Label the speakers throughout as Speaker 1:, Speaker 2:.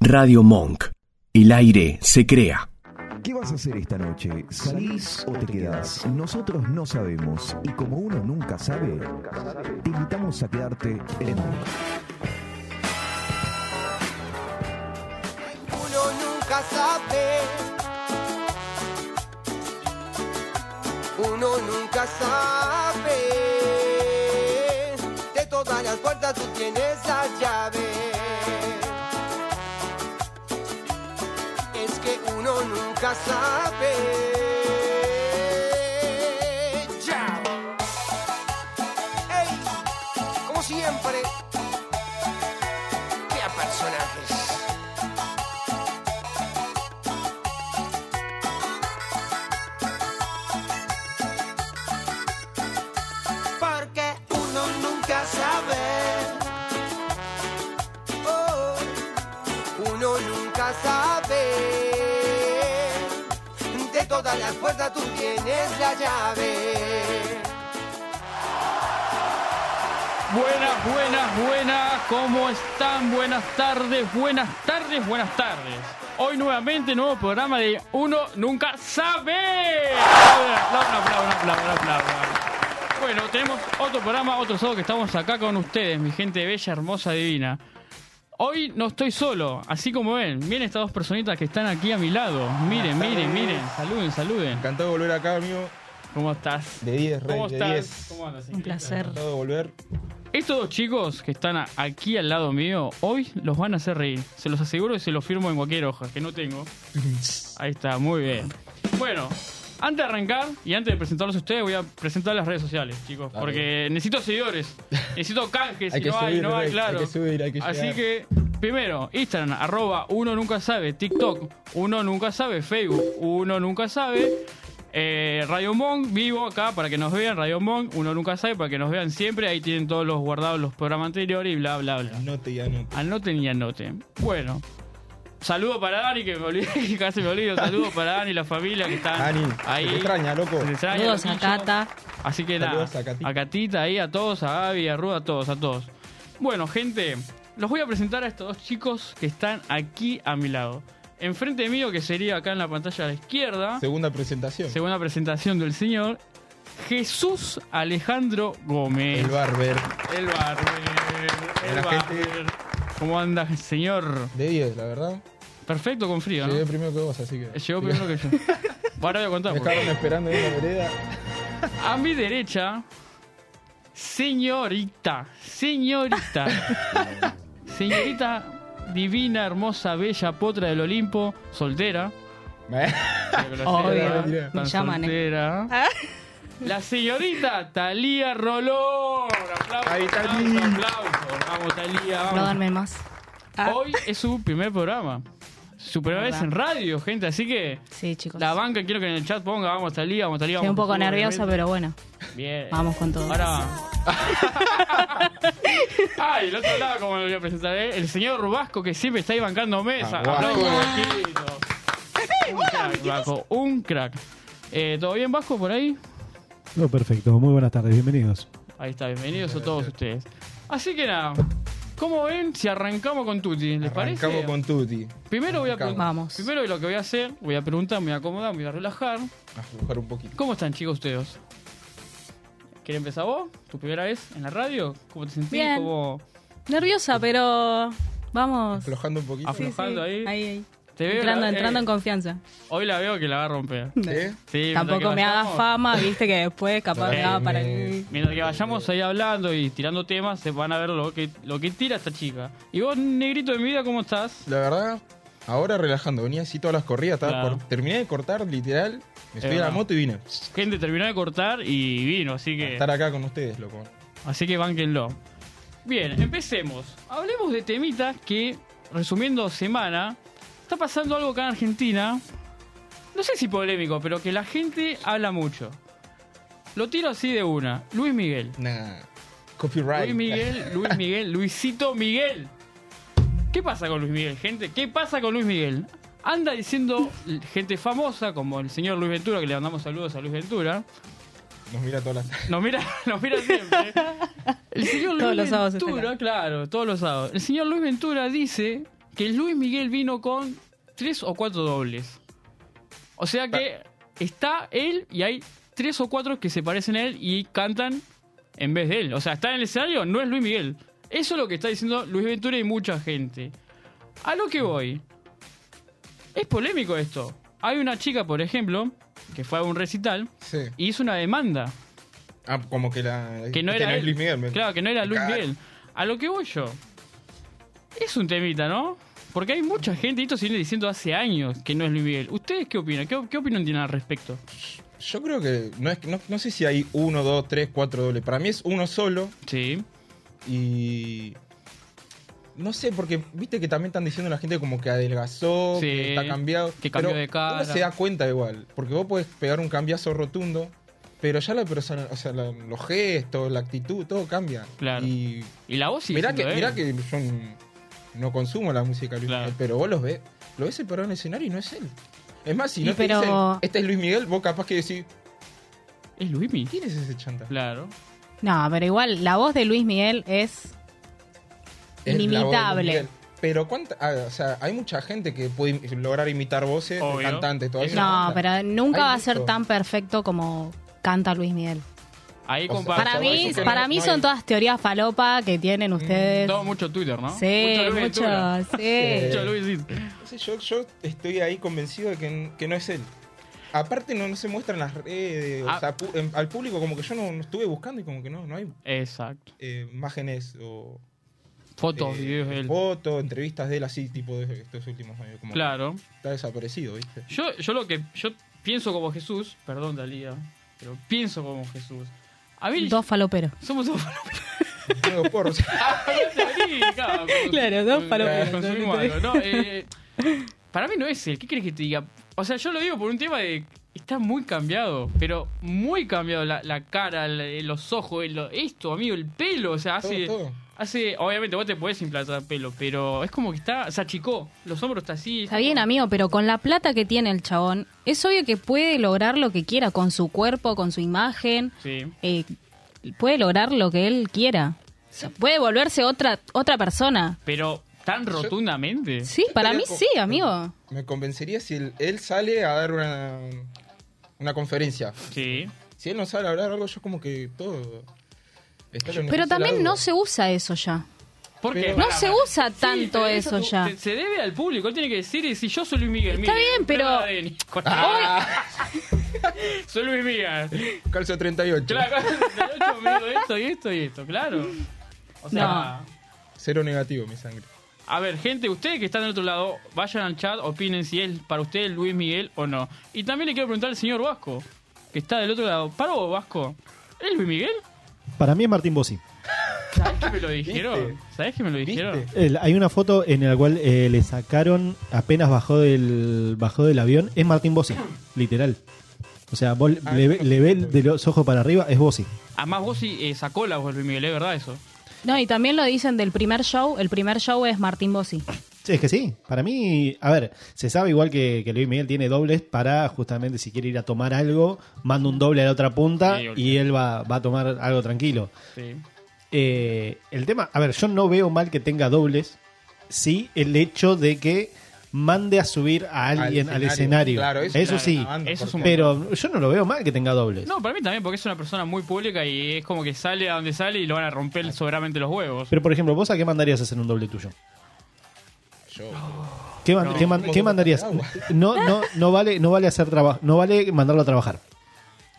Speaker 1: Radio Monk. El aire se crea.
Speaker 2: ¿Qué vas a hacer esta noche? ¿Salís o te quedás? Nosotros no sabemos y como uno nunca sabe, te invitamos a quedarte en Monk.
Speaker 3: Uno nunca sabe. Uno nunca sabe. De todas las puertas tú tienes la llave. Es que uno nunca sabe. Ya. Ey, como siempre. Vea personajes. porque uno nunca sabe. Oh, uno nunca sabe. De todas las puertas tú tienes la llave.
Speaker 4: Buenas, buenas, buenas, ¿cómo están? Buenas tardes, buenas tardes, buenas tardes. Hoy nuevamente nuevo programa de Uno Nunca Sabe. Aplaudan, aplaudan, aplaudan, aplaudan, aplaudan. Bueno, tenemos otro programa, otro sábado que estamos acá con ustedes, mi gente bella, hermosa, divina. Hoy no estoy solo, así como ven, miren estas dos personitas que están aquí a mi lado. Miren, miren, miren, saluden, saluden.
Speaker 5: Encantado de volver acá, amigo.
Speaker 4: ¿Cómo estás?
Speaker 5: De 10, rey,
Speaker 4: ¿Cómo
Speaker 5: de
Speaker 4: estás?
Speaker 5: 10.
Speaker 4: ¿Cómo andas?
Speaker 6: Un placer.
Speaker 5: Encantado de volver.
Speaker 4: Estos dos chicos que están a- aquí al lado mío, hoy los van a hacer reír. Se los aseguro y se los firmo en cualquier hoja, que no tengo. Ahí está, muy bien. Bueno, antes de arrancar y antes de presentarlos a ustedes, voy a presentar las redes sociales, chicos.
Speaker 5: Dale.
Speaker 4: porque necesito seguidores. Necesito canjes.
Speaker 5: Hay
Speaker 4: si
Speaker 5: que
Speaker 4: no hay,
Speaker 5: subir,
Speaker 4: no hay,
Speaker 5: Rey,
Speaker 4: claro.
Speaker 5: hay que subir, hay que
Speaker 4: Así
Speaker 5: llegar.
Speaker 4: que, primero, Instagram, arroba, uno nunca sabe. TikTok, uno nunca sabe. Facebook, uno nunca sabe. Eh, Radio Monk, vivo acá para que nos vean. Radio Monk, uno nunca sabe, para que nos vean siempre. Ahí tienen todos los guardados, los programas anteriores y bla, bla, bla.
Speaker 5: Anote y anote.
Speaker 4: Anoten y anoten. Bueno. Saludo para Dani, que me olvidé, que casi me olvido. Saludo para Dani y la familia que están
Speaker 5: Dani,
Speaker 4: ahí.
Speaker 5: se te extraña, loco.
Speaker 4: Se te extraña,
Speaker 6: Saludos a
Speaker 4: loquillo.
Speaker 6: Cata.
Speaker 4: Así que nada,
Speaker 5: Saludos a Catita.
Speaker 4: a Catita ahí, a todos, a Gaby, a Ruda, a todos, a todos. Bueno, gente, los voy a presentar a estos dos chicos que están aquí a mi lado. Enfrente mío, que sería acá en la pantalla a la izquierda,
Speaker 5: Segunda presentación.
Speaker 4: Ah. segunda presentación del señor, Jesús Alejandro Gómez.
Speaker 5: El barber.
Speaker 4: El barber, el
Speaker 5: La
Speaker 4: barber.
Speaker 5: gente-
Speaker 4: ¿Cómo anda, señor?
Speaker 5: De 10, la verdad.
Speaker 4: Perfecto con frío, ¿no?
Speaker 5: Llegué primero que vos, así que.
Speaker 4: Llegó primero que yo. Ahora voy a contar.
Speaker 5: Me
Speaker 4: porque-
Speaker 5: estaban esperando en la vereda.
Speaker 4: A mi derecha, señorita, señorita, señorita divina, hermosa, bella, potra del Olimpo, soltera.
Speaker 6: Obvio,
Speaker 5: me
Speaker 4: Tan
Speaker 6: llaman, eh.
Speaker 4: soltera. La señorita Talía Rolón. Aplausos,
Speaker 5: Ahí,
Speaker 4: aplausos,
Speaker 5: Talía.
Speaker 4: aplausos. Vamos, Talía,
Speaker 6: No
Speaker 4: vamos.
Speaker 6: duermen más. Ah,
Speaker 4: Hoy es su primer programa. Su primera
Speaker 6: Verdad.
Speaker 4: vez en radio, gente, así que
Speaker 6: sí, chicos.
Speaker 4: la banca quiero que en el chat ponga, vamos Talía, vamos Talía.
Speaker 6: Estoy un
Speaker 4: vamos,
Speaker 6: poco
Speaker 4: tú,
Speaker 6: nerviosa,
Speaker 4: obviamente.
Speaker 6: pero bueno.
Speaker 4: Bien.
Speaker 6: Vamos con todo.
Speaker 4: Ahora va. Ay, el otro lado, como lo voy a presentar, ¿eh? el señor Rubasco que siempre está ahí bancando mesa.
Speaker 5: Ah,
Speaker 4: Aplausos,
Speaker 5: Hola.
Speaker 4: Vasquito. Un crack, Vasco, un crack. Eh, ¿Todo bien, Vasco, por ahí?
Speaker 7: Todo Oh, perfecto, muy buenas tardes, bienvenidos.
Speaker 4: Ahí está, bienvenidos a todos ustedes. Así que nada, ¿cómo ven si arrancamos con Tuti? ¿Les
Speaker 5: Arrancamos
Speaker 4: parece?
Speaker 5: con Tuti.
Speaker 4: Primero voy a pre-
Speaker 6: Vamos.
Speaker 4: Primero lo que voy a hacer, voy a preguntar, me voy a acomodar, me voy a relajar.
Speaker 5: A jugar un poquito.
Speaker 4: ¿Cómo están, chicos, ustedes? ¿Quieres empezar vos? ¿Tu primera vez en la radio? ¿Cómo te sentís?
Speaker 6: Bien.
Speaker 4: ¿Cómo
Speaker 6: Nerviosa, pero vamos.
Speaker 5: Aflojando un poquito.
Speaker 4: Aflo- aflojando ahí.
Speaker 6: Ahí,
Speaker 4: te veo?
Speaker 6: Entrando,
Speaker 4: la- eh,
Speaker 6: entrando en confianza.
Speaker 4: Hoy la veo que la va a romper.
Speaker 5: ¿Eh?
Speaker 4: Sí, mientras que
Speaker 6: Tampoco me hagas
Speaker 4: vayamos-
Speaker 6: fama, viste que después capaz
Speaker 4: Sí,
Speaker 6: me daba para
Speaker 5: me-
Speaker 6: mí.
Speaker 4: Mientras que vayamos ahí hablando y tirando temas, se van a ver lo que, lo que tira esta chica. Y vos, negrito de mi vida, ¿cómo estás?
Speaker 5: La verdad, ahora relajando. Venía así todas las corridas. estaba
Speaker 4: Claro.
Speaker 5: por- Terminé de cortar, literal. Me
Speaker 4: Es
Speaker 5: subí a la
Speaker 4: verdad.
Speaker 5: moto y vine.
Speaker 4: Gente, terminó de cortar y vino, así
Speaker 5: A
Speaker 4: que,
Speaker 5: estar acá con ustedes, loco.
Speaker 4: así que bánquenlo. Bien, empecemos. Hablemos de temitas que, resumiendo semana, está pasando algo acá en Argentina. No sé si polémico, pero que la gente habla mucho. Lo tiro así de una. Luis Miguel.
Speaker 5: Nah. Copyright.
Speaker 4: Luis Miguel, Luis Miguel, Luisito Miguel. ¿Qué pasa con Luis Miguel, gente? ¿Qué pasa con Luis Miguel? Anda diciendo gente famosa, como el señor Luis Ventura, que le mandamos saludos a Luis Ventura.
Speaker 5: Nos mira todas las.
Speaker 4: Nos mira, nos mira siempre. ¿eh? El señor
Speaker 6: Todos
Speaker 4: Luis
Speaker 6: los sábados está
Speaker 4: Ventura, claro, todos los sábados. El señor Luis Ventura dice que Luis Miguel vino con tres o cuatro dobles. O sea que está él y hay tres o cuatro que se parecen a él y cantan en vez de él. O sea, está en el escenario, no es Luis Miguel. Eso es lo que está diciendo Luis Ventura y mucha gente. A lo que voy. Es polémico esto. Hay una chica, por ejemplo, que fue a un recital
Speaker 5: Sí.
Speaker 4: y hizo una demanda
Speaker 5: Ah, como que la.
Speaker 4: que no era
Speaker 5: este es
Speaker 4: él.
Speaker 5: Luis Miguel. me-
Speaker 4: Claro, que no era
Speaker 5: me
Speaker 4: Luis
Speaker 5: cago.
Speaker 4: Miguel. A lo que voy yo. Es un temita, ¿no? Porque hay mucha gente, y esto se viene diciendo hace años que no es Luis Miguel. ¿Ustedes qué opinan? ¿Qué, qué opinión tienen al respecto?
Speaker 5: Yo creo que. No, es, no, no sé si hay uno, dos, tres, cuatro dobles. Para mí es uno solo
Speaker 4: Sí.
Speaker 5: y. No sé, porque viste que también están diciendo la gente como que adelgazó,
Speaker 4: Sí,
Speaker 5: que está cambiado.
Speaker 4: que cambió
Speaker 5: pero
Speaker 4: de cara.
Speaker 5: Uno se da cuenta igual, porque vos podés pegar un cambiazo rotundo, pero ya la persona, o sea, la- los gestos, la actitud, todo cambia.
Speaker 4: Claro.
Speaker 5: Y
Speaker 4: Y la voz sí.
Speaker 5: mirá, que,
Speaker 4: siendo él.
Speaker 5: mirá que yo n- no consumo la música de Luis
Speaker 4: Claro.
Speaker 5: Miguel, pero vos los ves, lo ves separado en el escenario y no es él. Es más, si no
Speaker 6: Y
Speaker 5: te
Speaker 6: pero-
Speaker 5: dicen, este es Luis Miguel, vos capaz que decís,
Speaker 4: Es Luis Miguel.
Speaker 5: ¿quién es ese chanta?
Speaker 4: Claro.
Speaker 6: No, pero igual, la voz de Luis Miguel es.
Speaker 5: Es la voz de Luis
Speaker 6: Inimitable.
Speaker 5: Miguel. Pero cuánta, ah, o sea, hay mucha gente que puede im- lograr imitar voces de
Speaker 4: Obvio.
Speaker 5: cantantes todo eso.
Speaker 6: No, pero nunca
Speaker 5: Hay
Speaker 6: va a ser
Speaker 5: mucho.
Speaker 6: tan perfecto como canta Luis Miguel.
Speaker 4: Ahí
Speaker 5: O sea,
Speaker 4: comparto.
Speaker 6: Para
Speaker 5: yo voy
Speaker 6: mí,
Speaker 5: súper-
Speaker 6: para mí
Speaker 5: no
Speaker 6: son
Speaker 5: hay-
Speaker 6: todas teorías falopa que tienen ustedes.
Speaker 4: Todo mucho Twitter, ¿no?
Speaker 6: Sí,
Speaker 4: mucho. Luis
Speaker 6: mucho,
Speaker 4: Ventura.
Speaker 6: sí.
Speaker 4: Mucho Luis.
Speaker 5: No sé, yo, yo estoy ahí convencido de que, n- que no es él. Aparte no, no se muestran las redes, o
Speaker 4: Ah.
Speaker 5: sea, pu- en- al público como que yo no, no estuve buscando y como que no, no hay
Speaker 4: Exacto.
Speaker 5: eh, imágenes o
Speaker 4: Fotos,
Speaker 5: eh,
Speaker 4: videos de él.
Speaker 5: fotos, entrevistas de él así, tipo de estos últimos años. Como que
Speaker 4: Claro.
Speaker 5: Está desaparecido, ¿viste?
Speaker 4: Yo, yo lo que yo pienso como Jesús, perdón Talía, pero pienso como Jesús. A mí
Speaker 6: Dos faloperos.
Speaker 4: somos dos
Speaker 5: Luego, por, o sea,
Speaker 4: Ah,
Speaker 6: Claro, dos palomeras,
Speaker 4: Consumimos algo, ¿no? Eh, para mí no es él. ¿Qué crees que te diga? O sea, yo lo digo por un tema de. Está muy cambiado, pero muy cambiado la, la cara, la- eh, los ojos, el- esto, amigo, el pelo. O sea,
Speaker 5: todo,
Speaker 4: hace.
Speaker 5: todo.
Speaker 4: hace Obviamente vos te podés implantar pelo, pero es como que está. Se achicó. Los hombros está así.
Speaker 6: Está bien, amigo, pero con la plata que tiene el chabón, es obvio que puede lograr lo que quiera con su cuerpo, con su imagen.
Speaker 4: Sí.
Speaker 6: eh, puede lograr lo que él quiera. O sea, puede volverse otra, otra persona.
Speaker 4: Pero tan rotundamente.
Speaker 6: Sí, para mí
Speaker 5: Estaría
Speaker 6: sí,
Speaker 5: co-
Speaker 6: amigo.
Speaker 5: Me convencería si él, él sale a dar una, una conferencia.
Speaker 4: Sí.
Speaker 5: Si él no sabe hablar algo, yo como que todo... está en
Speaker 6: Pero
Speaker 5: el beneficio de la
Speaker 6: también
Speaker 5: duda.
Speaker 6: no se usa eso ya.
Speaker 4: Porque
Speaker 5: Pero-
Speaker 6: No se usa tanto eso ya.
Speaker 4: Se debe al público. Él tiene que decir, y si yo soy Luis Miguel.
Speaker 6: Está
Speaker 4: mire,
Speaker 6: bien, pero-
Speaker 4: prueba de ADN.
Speaker 5: Ah,
Speaker 4: Soy Luis Miguel.
Speaker 5: calzo 38.
Speaker 4: Claro, yo me digo esto y esto y esto, claro. O sea,
Speaker 5: Cero negativo, mi sangre.
Speaker 4: a ver, gente, ustedes que están del otro lado, vayan al chat, opinen si es para ustedes Luis Miguel o no. Y también le quiero preguntar al señor Vasco, que está del otro lado. ¿Para vos, Vasco? ¿Es Luis Miguel?
Speaker 7: Para mí es Martín Bossi.
Speaker 4: ¿Sabés que me lo dijeron?
Speaker 5: ¿Viste?
Speaker 4: ¿Sabés que me lo dijeron?
Speaker 5: ¿Viste?
Speaker 7: El- hay una foto en la cual eh, le sacaron apenas bajó del bajó del avión es Martín Bossi literal o sea vos
Speaker 5: Ah,
Speaker 7: le, ve-
Speaker 5: no,
Speaker 7: le
Speaker 5: no,
Speaker 7: ve
Speaker 5: no.
Speaker 7: de los ojos para arriba es Bossi
Speaker 4: Además, vos sí eh, sacó la voz de Luis Miguel, es verdad eso.
Speaker 6: No, y también lo dicen del primer show. El primer show es Martín Bossi.
Speaker 7: Sí, es que sí para mí a ver se sabe igual que, que Luis Miguel tiene dobles para justamente si quiere ir a tomar algo manda un doble a la otra punta
Speaker 4: Sí, olvidate.
Speaker 7: y él va, va a tomar algo tranquilo
Speaker 4: Sí.
Speaker 7: Eh, el tema, a ver, yo no veo mal que tenga dobles, sí el hecho de que mande a subir a alguien al escenario.
Speaker 5: Claro,
Speaker 7: eso
Speaker 5: eso, claro,
Speaker 7: sí,
Speaker 5: una banda,
Speaker 4: Eso es
Speaker 5: porque-
Speaker 4: un
Speaker 7: pero yo no lo veo mal que tenga dobles.
Speaker 4: No, para mí también, porque es una persona muy pública y es como que sale a donde sale y lo van a romper soberanamente los huevos.
Speaker 7: Pero por ejemplo, vos a qué mandarías a hacer un doble tuyo?
Speaker 5: Yo,
Speaker 7: ¿Qué, man-
Speaker 4: No.
Speaker 7: qué
Speaker 5: Pongo
Speaker 7: man- qué
Speaker 5: un poco de
Speaker 7: mandarías?
Speaker 5: agua.
Speaker 7: No, no, no vale, no vale hacer trabajo, no vale mandarlo a trabajar.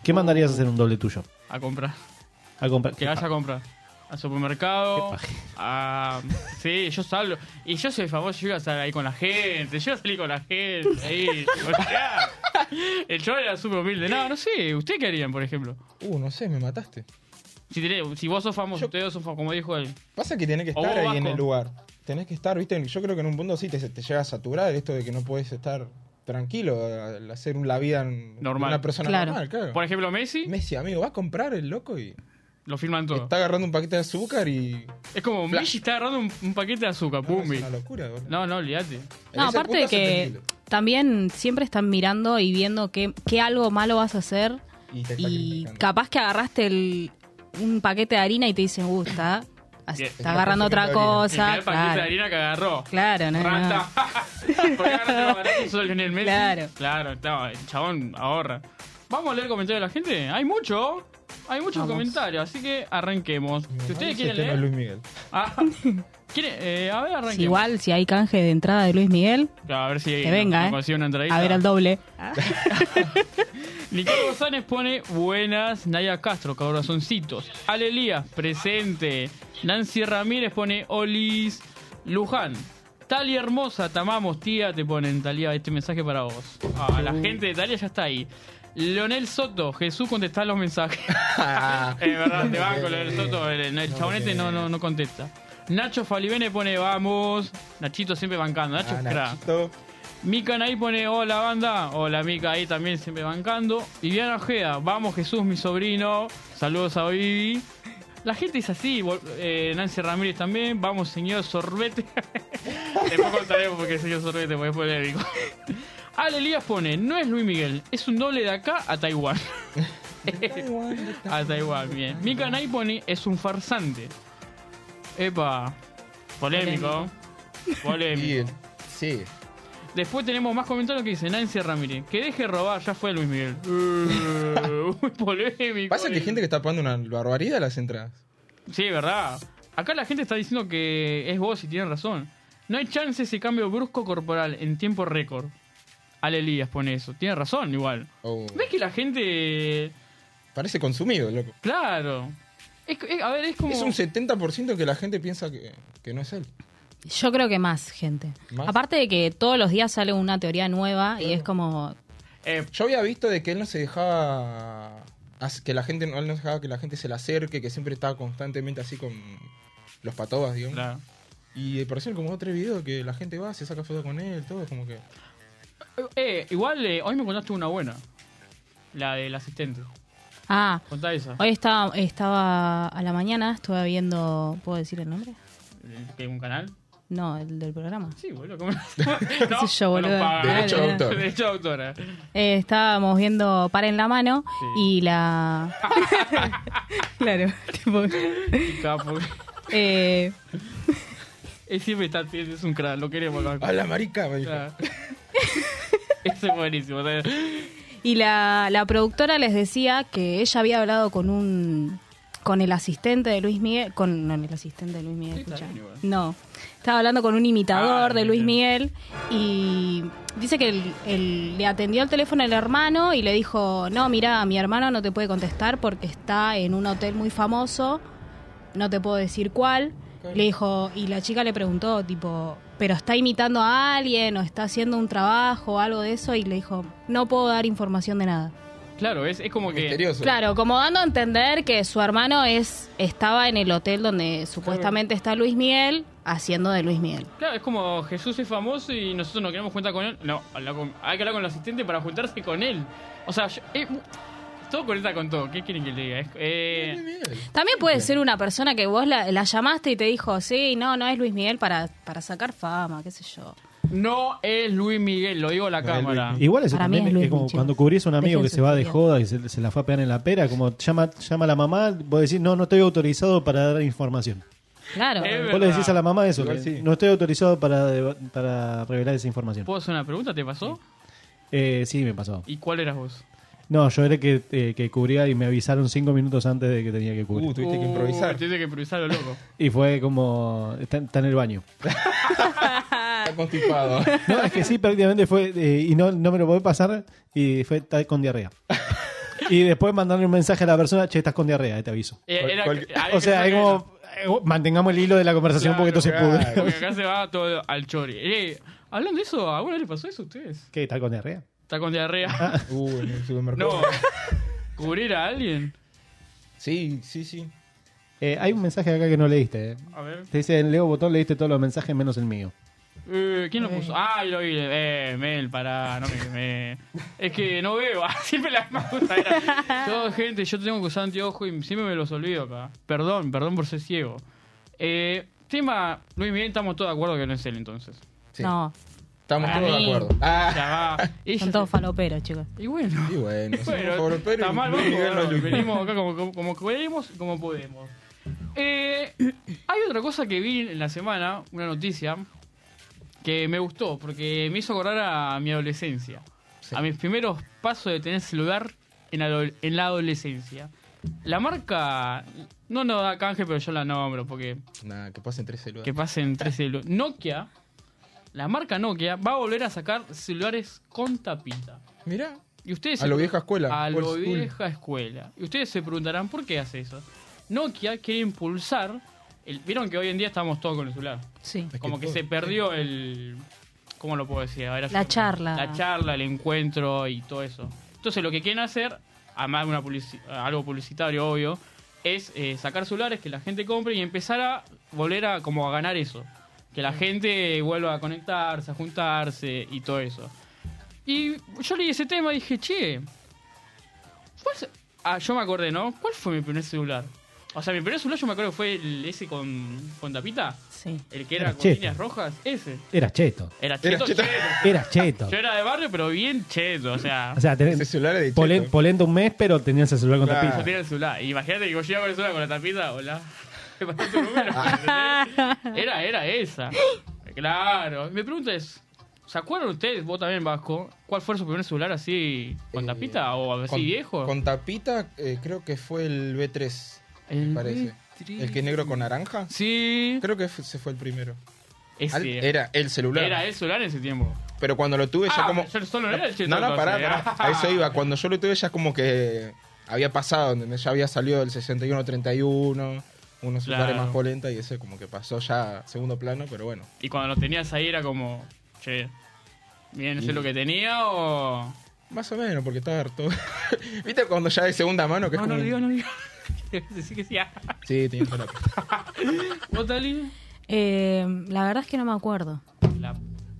Speaker 7: ¿Qué mandarías a hacer un doble tuyo?
Speaker 4: A comprar.
Speaker 7: A comprar.
Speaker 4: Que vaya a comprar. Al supermercado.
Speaker 7: Qué paja.
Speaker 4: A... Sí, yo salgo. Y yo soy famoso, yo iba a estar ahí con la gente. Yo salí con la gente. Ahí. O sea, El show era súper humilde. No, no sé. ¿Usted qué harían, por ejemplo?
Speaker 5: uh, no sé, me mataste.
Speaker 4: Si, tenés- si vos sos famoso,
Speaker 5: Yo-
Speaker 4: ustedes son famosos, como dijo él.
Speaker 5: Pasa que tenés que
Speaker 4: O
Speaker 5: estar ahí
Speaker 4: vos,
Speaker 5: en
Speaker 4: Vasco.
Speaker 5: el lugar. Tenés que estar, viste, yo creo que en un mundo así te, te llega a saturar esto de que no podés estar tranquilo al hacer la vida en-
Speaker 4: Normal.
Speaker 5: de una persona
Speaker 6: Claro.
Speaker 5: normal, claro.
Speaker 4: Por ejemplo, Messi,
Speaker 5: Messi, amigo, va a comprar el loco y
Speaker 4: lo firman todo.
Speaker 5: está agarrando un paquete de azúcar y...
Speaker 4: Es como
Speaker 5: Flash.
Speaker 4: Messi está agarrando un, un paquete de azúcar. Pum,
Speaker 5: es
Speaker 4: y-
Speaker 5: una locura, boludo.
Speaker 4: No, no, olvídate.
Speaker 5: En
Speaker 6: No,
Speaker 5: ese
Speaker 6: aparte
Speaker 5: punto
Speaker 6: de
Speaker 5: es
Speaker 6: que
Speaker 5: entendible.
Speaker 6: también siempre están mirando y viendo qué, qué algo malo vas a hacer.
Speaker 5: Y te está
Speaker 6: Y
Speaker 5: criticando.
Speaker 6: capaz que agarraste el, un paquete de harina y te dicen, gusta. Así,
Speaker 4: Bien.
Speaker 6: "Uh, está agarrando otra cosa.
Speaker 4: El primer paquete de
Speaker 6: Claro,
Speaker 4: harina que agarró.
Speaker 6: claro, no, no.
Speaker 4: Rata. Porque ahora te va a ganar solo Lionel Messi.
Speaker 6: Claro.
Speaker 4: Claro, no, el chabón ahorra. Vamos a leer comentarios de la gente. Hay mucho. Hay muchos comentarios, así que arranquemos. Si ustedes quieren
Speaker 5: tema de
Speaker 4: leer.
Speaker 5: Luis Miguel.
Speaker 4: Ah, ¿quiere- eh, a ver, arranquemos.
Speaker 6: Si igual, si hay canje de entrada de Luis Miguel,
Speaker 4: Claro, a ver si
Speaker 6: que venga,
Speaker 4: nos
Speaker 6: ¿eh?
Speaker 4: consigue una entradita.
Speaker 6: A ver al doble.
Speaker 5: Ah.
Speaker 4: Ricardo Sáenz pone buenas. Naya Castro, corazoncitos. Ale Elías, presente. Nancy Ramírez pone olis. Luján. Talia hermosa, te amamos, tía. Te ponen, Talia, este mensaje para vos. Ah, la gente de Talia ya está ahí. Leonel Soto, Jesús contesta los mensajes.
Speaker 5: Ah,
Speaker 4: es verdad, te banco, Leonel Soto. El, el chabonete no, no, no contesta. Nacho Falibene pone vamos. Nachito siempre bancando. Nacho
Speaker 5: Ah,
Speaker 4: es crack.
Speaker 5: Nachito.
Speaker 4: Mikan ahí pone, hola banda, hola Mika ahí también siempre bancando. Viviana Ojeda, vamos Jesús, mi sobrino, saludos a Vivi. La gente es así, vol- eh, Nancy Ramírez también, vamos señor Sorbete. después contaremos porque señor Sorbete, porque es polémico. Ale Elías pone, no es Luis Miguel, es un doble de acá a Taiwán. a Taiwán, bien. Mika ahí pone, es un farsante. Epa, polémico. Polémico.
Speaker 5: Y, sí.
Speaker 4: Después tenemos más comentarios que dicen Nancy Ramírez. Que deje de robar, ya fue Luis Miguel. Eh, Muy polémico.
Speaker 5: Pasa que hay gente que está pagando una barbaridad las entradas.
Speaker 4: Sí, verdad. Acá la gente está diciendo que es vos y tienen razón. No hay chance ese cambio brusco corporal en tiempo récord. Ale Elías pone eso. Tiene razón, igual.
Speaker 5: Oh,
Speaker 4: ¿Ves que la gente.
Speaker 5: parece consumido, loco.
Speaker 4: Claro. Es, es- a ver, es como.
Speaker 5: Es un 70% que la gente piensa que, que no es él.
Speaker 6: Yo creo que más gente.
Speaker 5: ¿Más?
Speaker 6: Aparte de que todos los días sale una teoría nueva y es como.
Speaker 4: Eh,
Speaker 5: Yo había visto de que él no se dejaba. as- Que la gente no, él no dejaba que la gente se le acerque, que siempre estaba constantemente así con los patobas, digamos.
Speaker 4: claro.
Speaker 5: Y eh, parecieron como otro video que la gente va, se saca foto con él, todo, como que.
Speaker 4: Eh, igual eh, hoy me contaste una buena. La del asistente.
Speaker 6: Ah,
Speaker 4: Contá esa.
Speaker 6: hoy estaba, estaba a la mañana, estuve viendo. ¿Puedo decir el nombre?
Speaker 4: ¿Que un canal?
Speaker 6: No, el del programa.
Speaker 4: Sí, boludo, ¿cómo no?
Speaker 6: Qué sé yo,
Speaker 4: no nos
Speaker 6: boludo.
Speaker 4: pagan.
Speaker 5: Derecho de autor.
Speaker 4: Derecho de autor. eh.
Speaker 6: Eh, estábamos viendo Par en la mano
Speaker 4: Sí.
Speaker 6: y la. claro, tipo.
Speaker 4: Qué capo.
Speaker 6: eh,
Speaker 4: Él siempre está, es un crack, lo queremos. Lo
Speaker 5: ¡Habla, marica! Me dijo.
Speaker 4: Claro. Eso es buenísimo. o sea,
Speaker 6: Y la, la productora les decía que ella había hablado con un con el asistente de Luis Miguel, con no, el asistente de Luis Miguel,
Speaker 4: Sí, está
Speaker 6: escucha.
Speaker 4: bien igual.
Speaker 6: No, estaba hablando con un imitador
Speaker 4: Ah,
Speaker 6: de Luis
Speaker 4: bien.
Speaker 6: Miguel y dice que el- el- le atendió el teléfono el hermano y le dijo, "No, mira, mi hermano no te puede contestar porque está en un hotel muy famoso, no te puedo decir cuál." Le dijo y la chica le preguntó tipo, "¿Pero está imitando a alguien o está haciendo un trabajo o algo de eso?" y le dijo, "No puedo dar información de nada."
Speaker 4: Claro, es, es como que.
Speaker 5: Misterioso.
Speaker 6: Claro, como dando a entender que su hermano es estaba en el hotel donde supuestamente está Luis Miguel haciendo de Luis Miguel.
Speaker 4: Claro, es como Jesús es famoso y nosotros nos queremos juntar con él. No, habla con- hay que hablar con el asistente para juntarse con él. O sea, yo- eh, todo conecta con todo. ¿Qué quieren que le diga? Es- eh,
Speaker 5: Muy bien.
Speaker 6: También puede ser una persona que vos la, la llamaste y te dijo, sí, no, no es Luis Miguel para, para sacar fama, qué sé yo.
Speaker 4: no es Luis Miguel, lo digo a la
Speaker 5: No es
Speaker 4: cámara.
Speaker 5: Luis
Speaker 7: Igual eso
Speaker 6: Para mí
Speaker 7: también
Speaker 6: es
Speaker 7: es,
Speaker 6: Luis
Speaker 7: como
Speaker 6: Michel.
Speaker 7: cuando cubrís a un amigo
Speaker 6: Dejen
Speaker 7: que
Speaker 6: su
Speaker 7: se va de
Speaker 6: teoría.
Speaker 7: joda, que se, se la fue a pegar en la pera, como llama, llama a la mamá, vos decís, no, no estoy autorizado para dar información.
Speaker 6: Claro.
Speaker 4: Eh,
Speaker 7: Vos le
Speaker 4: verdad.
Speaker 7: decís a la mamá eso,
Speaker 5: Igual
Speaker 7: que
Speaker 5: sí.
Speaker 7: no estoy autorizado para, deba- para revelar esa información.
Speaker 4: ¿Puedo hacer una pregunta? ¿Te pasó?
Speaker 7: Eh, sí, me pasó.
Speaker 4: ¿Y cuál eras vos?
Speaker 7: No, yo era el que, eh, que cubría y me avisaron cinco minutos antes de que tenía que cubrir.
Speaker 5: Uh, tuviste que
Speaker 4: Uh,
Speaker 5: improvisar.
Speaker 4: Tuviste que improvisar, lo loco.
Speaker 7: Y fue como, está, está en el baño.
Speaker 4: Uh,
Speaker 5: Está constipado.
Speaker 6: Ah.
Speaker 7: No, es que sí, prácticamente fue, eh, y no, no me lo pude pasar, y fue tal con diarrea. Y después mandarle un mensaje a la persona, che, estás con diarrea, eh, te aviso.
Speaker 4: Eh,
Speaker 5: Cual-
Speaker 4: era- había
Speaker 5: cual-
Speaker 4: que
Speaker 7: O sea,
Speaker 4: ser
Speaker 7: es
Speaker 4: bueno.
Speaker 7: como, eh, mantengamos el hilo de la conversación porque
Speaker 4: Claro,
Speaker 7: esto se
Speaker 5: claro.
Speaker 7: pudre.
Speaker 4: Porque acá se va todo al chori. Eh, hablando de eso, ¿a alguna vez le pasó eso a ustedes?
Speaker 7: ¿Qué, estás con diarrea?
Speaker 4: Está con
Speaker 7: Ah.
Speaker 4: diarrea.
Speaker 5: Uh, en el supermercado.
Speaker 4: No. ¿Cubrir a alguien?
Speaker 5: Sí, sí, sí.
Speaker 7: Eh, hay un mensaje acá que no leíste. eh.
Speaker 4: A ver.
Speaker 7: Te dice, en Leo Botón leíste todos los mensajes menos el mío.
Speaker 4: Eh, ¿Quién lo puso? Ah, lo vi. Eh, Mel, pará. No me, me- Es que no veo. siempre la misma cosa era. Yo, gente, yo tengo que usar anteojo y siempre me los olvido acá. Perdón, perdón por ser ciego. Eh, tema, Luis Miguel, estamos todos de acuerdo que no es él entonces.
Speaker 5: sí.
Speaker 6: No,
Speaker 5: Estamos
Speaker 4: Para
Speaker 5: todos
Speaker 6: mí.
Speaker 5: de acuerdo. Ah,
Speaker 4: Ya va.
Speaker 6: son todos faloperos, chicos.
Speaker 4: Y bueno.
Speaker 5: y bueno, somos
Speaker 4: Bueno,
Speaker 5: pobres, pero
Speaker 4: está mal,
Speaker 5: Luis
Speaker 4: vamos,
Speaker 5: Miguel no es
Speaker 4: vamos,
Speaker 5: Luis Miguel.
Speaker 4: venimos acá como, como, como queremos y como podemos. Eh, hay otra cosa que vi en la semana, una noticia, que me gustó, porque me hizo acordar a mi adolescencia.
Speaker 5: Sí.
Speaker 4: A mis primeros pasos de tener celular en, adol- en la adolescencia. La marca, no nos da canje, pero yo la nombro, porque
Speaker 5: Nada, que pasen tres
Speaker 4: que
Speaker 5: celulares.
Speaker 4: pasen tres celulares. Nokia, la marca Nokia, va a volver a sacar celulares con tapita.
Speaker 5: Mirá,
Speaker 4: Y ustedes
Speaker 5: A
Speaker 4: se
Speaker 5: lo
Speaker 4: pre-
Speaker 5: vieja escuela,
Speaker 4: A
Speaker 5: old
Speaker 4: lo
Speaker 5: school.
Speaker 4: vieja escuela. Y ustedes se preguntarán por qué hace eso. Nokia quiere impulsar. el- Vieron que hoy en día estamos todos con el celular.
Speaker 6: Sí.
Speaker 5: Es que
Speaker 4: Como que
Speaker 5: todo-
Speaker 4: se perdió el. ¿Cómo lo puedo decir? A ver,
Speaker 6: La
Speaker 4: ayúdame.
Speaker 6: charla.
Speaker 4: La charla, el encuentro y todo eso. Entonces, lo que quieren hacer, además de una publici- algo publicitario, obvio, es eh, sacar celulares que la gente compre y empezar a volver a, como a ganar eso. Que la gente vuelva a conectarse, a juntarse y todo eso. Y yo leí ese tema y dije, che, ¿cuál se- ah, yo me acordé, ¿no? ¿Cuál fue mi primer celular? O sea, mi primer celular yo me acuerdo que fue el ese con, con tapita,
Speaker 6: Sí.
Speaker 4: el que era
Speaker 7: Era
Speaker 4: con
Speaker 7: cheto.
Speaker 4: líneas rojas, ese.
Speaker 7: Era cheto.
Speaker 4: Era cheto,
Speaker 5: cheto.
Speaker 4: cheto.
Speaker 7: Era cheto.
Speaker 4: Yo era de barrio, pero bien cheto, o sea,
Speaker 7: O sea, tenés-
Speaker 5: Ese celular es de
Speaker 7: polen-
Speaker 5: cheto.
Speaker 7: polenta un mes, pero tenías el celular con
Speaker 5: Claro.
Speaker 4: yo
Speaker 7: tapita.
Speaker 4: tenía el celular. Y Imagínate que yo llegaba con el celular con la tapita, hola. me pasó tu número, ¿entendés? era, era esa. Claro. Mi pregunta es, ¿se acuerdan ustedes, vos también, Vasco, cuál fue su primer celular así con
Speaker 5: Eh,
Speaker 4: tapita o así
Speaker 5: con,
Speaker 4: Pues viejo?
Speaker 5: Con tapita, eh, creo que fue el B3,
Speaker 4: El
Speaker 5: me parece.
Speaker 4: B3.
Speaker 5: El que es negro con naranja.
Speaker 4: Sí.
Speaker 5: Creo que ese fue el primero.
Speaker 4: Ese.
Speaker 5: Al-
Speaker 4: era,
Speaker 5: Era el celular.
Speaker 4: el celular en ese tiempo.
Speaker 5: Pero cuando lo tuve ya
Speaker 4: Ah,
Speaker 5: como...
Speaker 4: yo solo no era el cheto.
Speaker 5: No, no,
Speaker 4: entonces,
Speaker 5: pará,
Speaker 4: era-
Speaker 5: pará. A eso iba. Cuando yo lo tuve ya como que había pasado, ¿entendés? Ya había salido el 61-31, unos celulares
Speaker 4: Claro.
Speaker 5: más polenta y ese como que pasó ya a segundo plano, pero bueno.
Speaker 4: Y cuando lo tenías ahí era como, che, bien, ¿sé
Speaker 5: Y-
Speaker 4: lo que tenía o...?
Speaker 5: Más o menos, porque estaba harto. ¿Viste cuando ya de segunda mano? Que es
Speaker 4: No, no
Speaker 5: como...
Speaker 4: lo digo, no lo digo. Decí que sí. ah.
Speaker 5: Sí, tenía toda la pinta.
Speaker 4: ¿Vos, Tali?
Speaker 6: Eh, la verdad es que no me acuerdo.
Speaker 4: La-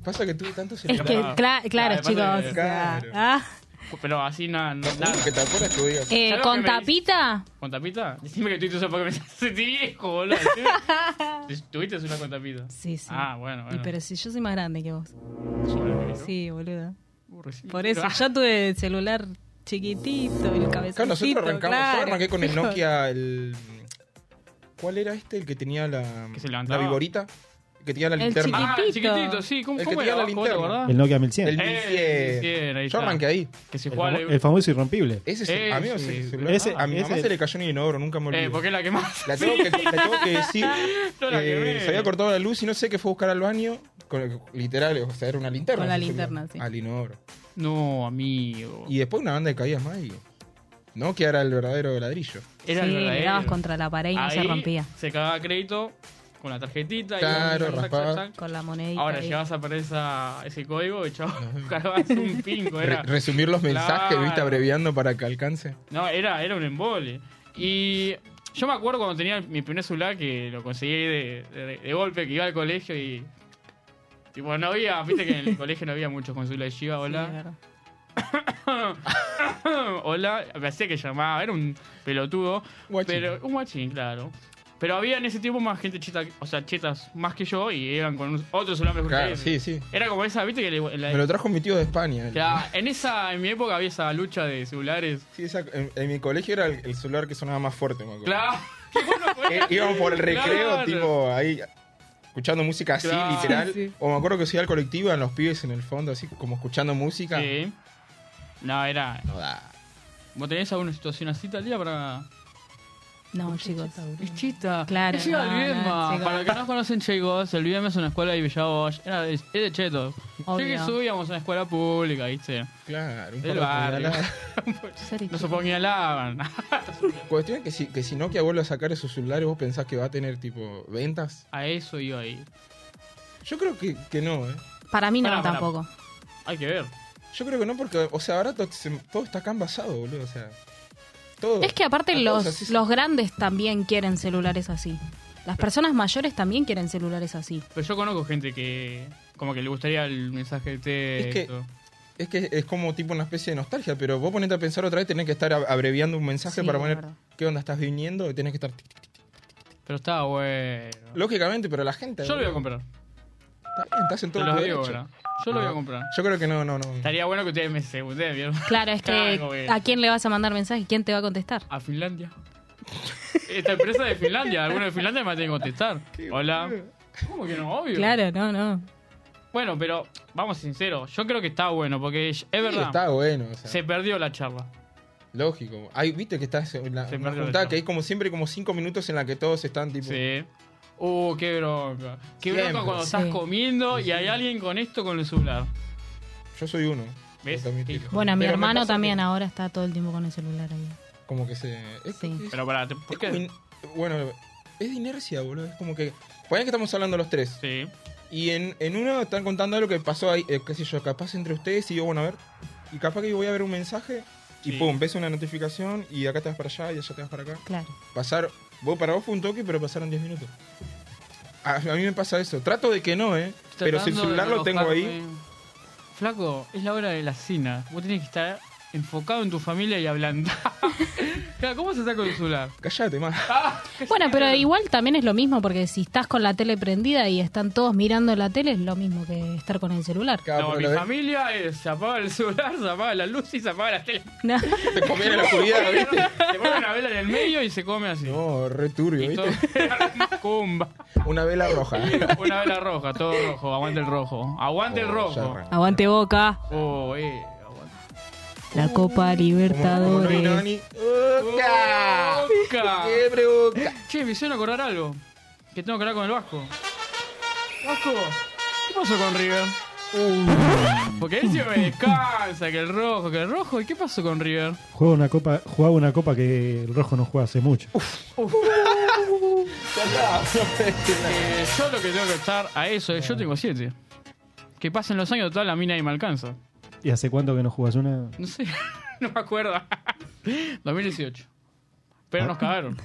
Speaker 5: Pasa que tuve tantos
Speaker 6: Es
Speaker 5: celulares.
Speaker 6: que, cla-
Speaker 4: Claro. Claro,
Speaker 6: claro,
Speaker 4: de
Speaker 6: chicos.
Speaker 4: paso
Speaker 6: o
Speaker 4: que-
Speaker 6: sea,
Speaker 5: Claro.
Speaker 6: ah.
Speaker 4: Pero así nada, no,
Speaker 5: Uno que
Speaker 4: nada.
Speaker 5: te acuerdas que hoy así.
Speaker 6: Eh,
Speaker 4: ¿Sabes lo que
Speaker 6: con
Speaker 4: me dice?
Speaker 6: tapita,
Speaker 4: ¿Con tapita? Decime que tuviste eso porque me sentí viejo, boludo. Decime- ¿Tuviste una con tapita?
Speaker 6: Sí, sí.
Speaker 4: Ah, bueno, bueno.
Speaker 6: Y pero si yo soy más grande que vos.
Speaker 4: Bueno,
Speaker 6: Sí, boludo.
Speaker 4: uh, recién-
Speaker 6: Por eso,
Speaker 4: Ah,
Speaker 6: yo tuve el celular chiquitito, el cabecito.
Speaker 5: Claro, nosotros arrancamos, yo arranqué con el Nokia, el... ¿Cuál era este? El que tenía la...
Speaker 4: Que se
Speaker 5: la
Speaker 4: levantaba.
Speaker 5: viborita. El que tenía la
Speaker 6: El
Speaker 5: linterna.
Speaker 4: Ah,
Speaker 6: Chiquitito.
Speaker 4: chiquitito, sí. ¿Cómo,
Speaker 5: El que
Speaker 4: cómo
Speaker 5: tenía
Speaker 4: era?
Speaker 5: la
Speaker 4: Vasco? ¿Vos te
Speaker 5: linterna.
Speaker 4: acordás?
Speaker 7: El Nokia 1100.
Speaker 5: El
Speaker 4: Eh,
Speaker 5: 1100.
Speaker 4: 1100, ahí
Speaker 5: Yo
Speaker 4: está.
Speaker 5: arranqué ahí.
Speaker 4: Que se
Speaker 7: El
Speaker 4: jugaba...
Speaker 7: famo- el famoso irrompible.
Speaker 5: Ese, se- a mí
Speaker 4: Ese.
Speaker 5: ese celular-
Speaker 7: Ese-
Speaker 5: a mi mamá
Speaker 7: ese-
Speaker 5: se le cayó en el inodoro, nunca me olvidé.
Speaker 4: Eh, porque es la que más...
Speaker 5: La tengo, que, la tengo que decir.
Speaker 4: No la
Speaker 5: eh,
Speaker 4: quemé.
Speaker 5: se había cortado la luz y no sé qué fue a buscar al baño. Con, el- literal, o sea, era una linterna.
Speaker 6: Con la
Speaker 5: ese celular,
Speaker 6: linterna, sí.
Speaker 5: Al inodoro.
Speaker 4: No, amigo.
Speaker 5: Y después una banda de caídas más y. No, que era el verdadero ladrillo.
Speaker 6: Sí,
Speaker 4: Era el
Speaker 6: le
Speaker 4: verdadero.
Speaker 6: dabas contra la pared y no se
Speaker 4: Ahí
Speaker 6: rompía.
Speaker 4: Se cagaba crédito con la tarjetita. y
Speaker 5: Claro,
Speaker 4: iba a-
Speaker 5: raspaba.
Speaker 6: Con la monedita.
Speaker 4: Ahora
Speaker 6: ahí.
Speaker 4: llegabas a perder esa, ese código y chao, cargabas un pingo.
Speaker 5: Re-
Speaker 4: Era,
Speaker 5: resumir los mensajes,
Speaker 4: Claro.
Speaker 5: viste, abreviando para que alcance.
Speaker 4: no, era, era un embole. Y yo me acuerdo cuando tenía mi primer celular que lo conseguí de, de- de golpe, que iba al colegio y. Tipo, no había, viste que en el colegio no había muchos con celular. Yo iba,
Speaker 6: Sí,
Speaker 4: hola,
Speaker 6: es verdad.
Speaker 4: hola, me hacía que llamaba, era un pelotudo.
Speaker 5: Guachín.
Speaker 4: Pero, un guachín, claro. Pero había en ese tiempo más gente cheta, o sea, chetas más que yo y iban con un- otro celular mejor que
Speaker 5: Claro,
Speaker 4: él.
Speaker 5: sí, sí.
Speaker 4: Era como esa, viste que le- la-
Speaker 5: Me lo trajo mi tío de España. el-
Speaker 4: Claro, en esa en mi época había esa lucha de celulares.
Speaker 5: Sí, esa- en, en mi colegio era el, el celular que sonaba más fuerte, me acuerdo.
Speaker 4: Claro. Qué bueno que
Speaker 5: Eh,
Speaker 4: era.
Speaker 5: íbamos por el recreo,
Speaker 4: Claro.
Speaker 5: tipo, ahí escuchando música así,
Speaker 4: Claro.
Speaker 5: literal.
Speaker 6: Sí, sí.
Speaker 5: O me acuerdo que subía al colectivo, eran los pibes en el fondo, así como escuchando música.
Speaker 4: Sí. No, era.
Speaker 5: No da.
Speaker 4: ¿Vos tenés alguna situación así tal día para.?
Speaker 6: No, chicos.
Speaker 4: Es chita.
Speaker 6: Claro,
Speaker 4: Es chita
Speaker 6: no,
Speaker 4: el Viedma.
Speaker 6: no, chicos.
Speaker 4: Para los que no conocen chicos, el Viedma es una escuela de Villavoz. Era de, es de cheto. Sí
Speaker 6: Obvio.
Speaker 4: que subíamos a una escuela pública, ¿viste?
Speaker 5: Claro, un
Speaker 4: Del
Speaker 5: par de
Speaker 4: barrio.
Speaker 5: puñaladas.
Speaker 6: Sorry,
Speaker 4: No se
Speaker 6: chicos.
Speaker 4: apuñalaban.
Speaker 5: Cuestión es que si, que si Nokia vuelve a sacar esos celulares, ¿vos pensás que va a tener, tipo, ventas?
Speaker 4: A eso iba ahí.
Speaker 5: Yo creo que, que no, ¿eh?
Speaker 6: Para mí no,
Speaker 4: Pará, pará.
Speaker 6: tampoco.
Speaker 4: Hay que ver.
Speaker 5: Yo creo que no, porque, o sea, ahora to- se- todo está acá envasado, boludo, o sea. Todo.
Speaker 6: Es que aparte
Speaker 5: Las
Speaker 6: los,
Speaker 5: cosas, sí, sí.
Speaker 6: los grandes también quieren celulares así. Las personas mayores también quieren celulares así.
Speaker 4: Pero yo conozco gente que. Como que le gustaría el mensaje de
Speaker 5: Es que-
Speaker 4: texto.
Speaker 5: Es que es como tipo una especie de nostalgia, pero vos ponete a pensar otra vez, tenés que estar ab- abreviando un mensaje
Speaker 6: Sí,
Speaker 5: para
Speaker 6: es
Speaker 5: poner
Speaker 6: verdad.
Speaker 5: qué onda estás viniendo, y tenés que estar. tic, tic, tic.
Speaker 4: Pero estaba bueno.
Speaker 5: Lógicamente, pero la gente.
Speaker 4: Yo lo voy a
Speaker 5: boludo,
Speaker 4: comprar.
Speaker 5: Está bien, estás en
Speaker 4: Te
Speaker 5: todo
Speaker 4: lo
Speaker 5: tu
Speaker 4: digo
Speaker 5: derecho. Ah,
Speaker 4: ahora. Yo lo voy a comprar.
Speaker 5: Yo creo que no, no, no.
Speaker 4: Estaría bueno que ustedes me se- ustedes vieron.
Speaker 6: Claro, es que
Speaker 4: Claro, güey.
Speaker 6: ¿a quién le vas a mandar mensaje? ¿Quién te va a contestar?
Speaker 4: A Finlandia. esta empresa de Finlandia. Alguno de Finlandia me tiene que contestar. Hola. ¿Cómo que no? Obvio.
Speaker 6: Claro, no, no.
Speaker 4: Bueno, pero vamos sinceros. Yo creo que está bueno porque es es
Speaker 5: Sí,
Speaker 4: verdad.
Speaker 5: está bueno, o sea,
Speaker 4: Se perdió la charla.
Speaker 5: lógico. Ahí viste que estás en la
Speaker 4: Se
Speaker 5: una
Speaker 4: perdió el
Speaker 5: juntada
Speaker 4: show.
Speaker 5: que hay como siempre como cinco minutos en la que todos están tipo...
Speaker 4: Sí. Uh, qué bronca. Qué
Speaker 5: Siempre.
Speaker 4: bronca cuando estás
Speaker 6: Sí.
Speaker 4: comiendo y hay alguien con esto con el celular.
Speaker 5: Yo soy uno.
Speaker 4: ¿Ves?
Speaker 5: Tengo que admitirlo.
Speaker 4: Hijo.
Speaker 6: Bueno, a mi
Speaker 5: Pero me
Speaker 6: hermano
Speaker 5: pasa
Speaker 6: también
Speaker 5: que-
Speaker 6: ahora está todo el tiempo con el celular. ahí.
Speaker 5: Como que se... es-
Speaker 6: Sí.
Speaker 5: es-
Speaker 4: Pero pará, ¿te-
Speaker 5: es
Speaker 4: ¿por
Speaker 5: como
Speaker 4: qué?
Speaker 5: in- bueno, es de inercia, boludo. Es como que... Ponés que estamos hablando los tres.
Speaker 4: Sí.
Speaker 5: Y en, en uno están contando algo que pasó ahí, eh, qué sé yo, capaz entre ustedes y yo, bueno, a ver. Y capaz que yo voy a ver un mensaje y
Speaker 4: Sí.
Speaker 5: pum, ves una notificación y acá te vas para allá y allá te vas para acá.
Speaker 6: Claro.
Speaker 5: Pasar, vos para vos fue un toque, pero pasaron 10 minutos. A, a mí me pasa eso. Trato de que no, ¿eh? pero si el
Speaker 4: Tratando
Speaker 5: celular
Speaker 4: de
Speaker 5: lo tengo ahí,
Speaker 4: relajarme. Flaco, es la hora de la cena. Vos tenés que estar enfocado en tu familia y hablando. Claro, ¿Cómo se saca el celular?
Speaker 5: callate más.
Speaker 4: Ah,
Speaker 6: Bueno, pero igual también es lo mismo, porque si estás con la tele prendida y están todos mirando la tele, es lo mismo que estar con el celular.
Speaker 5: Claro,
Speaker 4: no,
Speaker 5: pero
Speaker 4: mi
Speaker 5: lo ves-
Speaker 4: familia es, se apaga el celular, se apaga la luz y se apaga la tele.
Speaker 6: No.
Speaker 5: te comían en la oscuridad, ¿viste?
Speaker 4: Se pone una vela en el medio y se come así.
Speaker 5: No, re turbio,
Speaker 4: Y todo-
Speaker 5: ¿viste?
Speaker 4: Cumba.
Speaker 5: Una vela roja.
Speaker 4: Una vela roja, todo rojo. Aguante el rojo. Aguante el
Speaker 5: Oh, ya
Speaker 4: rojo.
Speaker 5: arranca.
Speaker 6: Aguante boca,
Speaker 4: Oh, eh. aguante.
Speaker 6: la Copa
Speaker 5: Como- como no
Speaker 6: Libertadores.
Speaker 5: vino Dani. ¡Boca!
Speaker 4: Boca.
Speaker 5: ¡Siempre boca!
Speaker 4: Che, me hicieron acordar algo. Que tengo que hablar con el Vasco. Vasco, ¿qué pasó con River?
Speaker 5: Uh.
Speaker 4: Porque él siempre me descansa, que el rojo, que el rojo. ¿Y qué pasó con River?
Speaker 7: Juega una copa, jugaba una copa que el rojo no juega hace mucho.
Speaker 4: Eh, yo lo que tengo que estar a eso es yo tengo siete. Que pasen los años, total, la mina y me alcanza.
Speaker 7: ¿Y hace cuánto que no juegas una?
Speaker 4: No sé, no me acuerdo. 2018. Pero nos cagaron.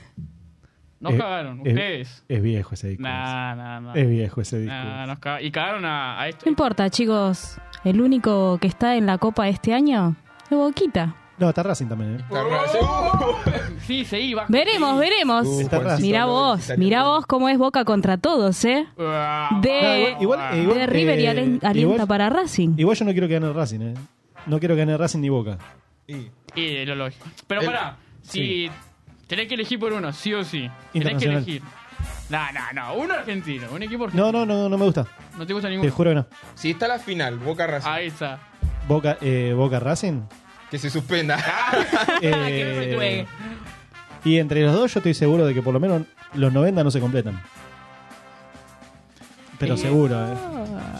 Speaker 4: Nos
Speaker 7: Ah. Eh,
Speaker 4: cagaron,
Speaker 7: es-
Speaker 4: ustedes.
Speaker 7: Es viejo ese disco.
Speaker 4: Nah, nah, nah.
Speaker 7: Es viejo ese disco.
Speaker 4: Nah, nos caga- Y cagaron a, a
Speaker 6: No
Speaker 4: esto.
Speaker 6: importa, chicos. El único que está en la Copa este año es Boquita.
Speaker 7: No, está Racing también. ¿eh?
Speaker 5: Está raro.
Speaker 4: Sí, se iba.
Speaker 6: Veremos, veremos.
Speaker 5: Uh,
Speaker 7: Está
Speaker 5: Juancito
Speaker 6: Mirá
Speaker 5: habló de
Speaker 6: vos,
Speaker 5: Italia.
Speaker 6: mirá vos cómo es Boca contra todos, ¿eh?
Speaker 4: Ah,
Speaker 6: De-
Speaker 7: No, igual- igual, eh, igual,
Speaker 6: De River y
Speaker 7: eh,
Speaker 6: alen- alienta
Speaker 7: igual-
Speaker 6: para Racing.
Speaker 7: Igual yo no quiero que gane el Racing, ¿eh? No quiero que gane el Racing ni Boca.
Speaker 5: Y-
Speaker 4: Y lo lógico. Pero
Speaker 5: El-
Speaker 4: pará, si tenés que elegir por uno, sí o sí. Tenés que
Speaker 7: Internacional.
Speaker 4: elegir. No, no, no. Uno argentino, un equipo argentino.
Speaker 7: No, no, no, no me gusta.
Speaker 4: No te gusta
Speaker 7: Te
Speaker 4: ninguno.
Speaker 7: juro que no.
Speaker 5: Si está la final, Boca Racing,
Speaker 4: Ahí está.
Speaker 7: Boca, eh, Boca Racing.
Speaker 5: que se suspenda.
Speaker 4: que no se
Speaker 7: Eh, y entre los dos yo estoy seguro de que por lo menos los 90 no se completan. Pero
Speaker 4: Sí.
Speaker 7: seguro, eh.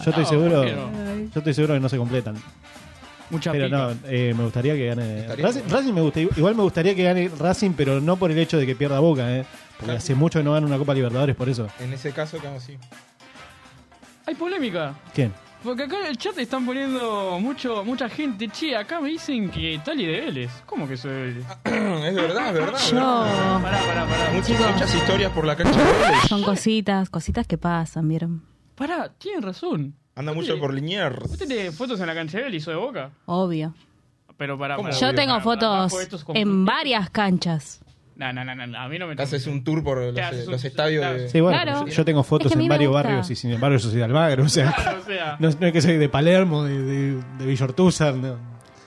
Speaker 7: Yo estoy
Speaker 4: No,
Speaker 7: seguro.
Speaker 4: pero-
Speaker 7: Yo estoy seguro que no se completan.
Speaker 4: Mucha
Speaker 7: Pero
Speaker 4: pica.
Speaker 7: no, eh, me gustaría que gane.
Speaker 5: Estaría
Speaker 7: Racing,
Speaker 5: bueno.
Speaker 7: Racing me gusta. Igual me gustaría que gane Racing, pero no por el hecho de que pierda Boca, eh. Porque hace mucho que no gana una Copa Libertadores, por eso.
Speaker 5: En ese caso, como así.
Speaker 4: Hay polémica.
Speaker 7: ¿Quién?
Speaker 4: Porque acá en el chat están poniendo mucho, mucha gente. Che, acá me dicen que Tali de Vélez. ¿Cómo que soy de Vélez?
Speaker 5: es verdad, es verdad. es verdad.
Speaker 6: Yo.
Speaker 4: Pará, pará, pará.
Speaker 5: Muchas,
Speaker 6: Chicos.
Speaker 5: muchas historias por la cancha de goles.
Speaker 6: Son cositas, cositas que pasan, ¿vieron?
Speaker 4: Pará, tienen razón.
Speaker 5: Anda mucho por Liniers.
Speaker 4: ¿Vos tenés fotos en la cancha de Vélez o de Boca?
Speaker 6: Obvio.
Speaker 4: Pero pará,
Speaker 5: ¿Cómo?
Speaker 4: pará.
Speaker 6: Yo
Speaker 5: Obvio,
Speaker 6: tengo
Speaker 4: pará, pará,
Speaker 6: fotos
Speaker 4: bajo estos
Speaker 6: en
Speaker 4: conflictos.
Speaker 6: varias canchas.
Speaker 4: No, no, no, no, no, a mí no me
Speaker 5: Te Haces un tour por los,
Speaker 4: Te haces
Speaker 5: eh,
Speaker 4: un-
Speaker 5: los estadios
Speaker 4: claro.
Speaker 5: de...
Speaker 7: Sí, bueno,
Speaker 6: Claro.
Speaker 7: yo, yo tengo fotos
Speaker 6: Es que a mí
Speaker 7: en
Speaker 6: me
Speaker 7: varios
Speaker 6: gusta.
Speaker 7: barrios y sin embargo yo soy de Almagro, o sea.
Speaker 4: O sea,
Speaker 7: No, no es que soy de Palermo, de, de, de Villortúzar, no.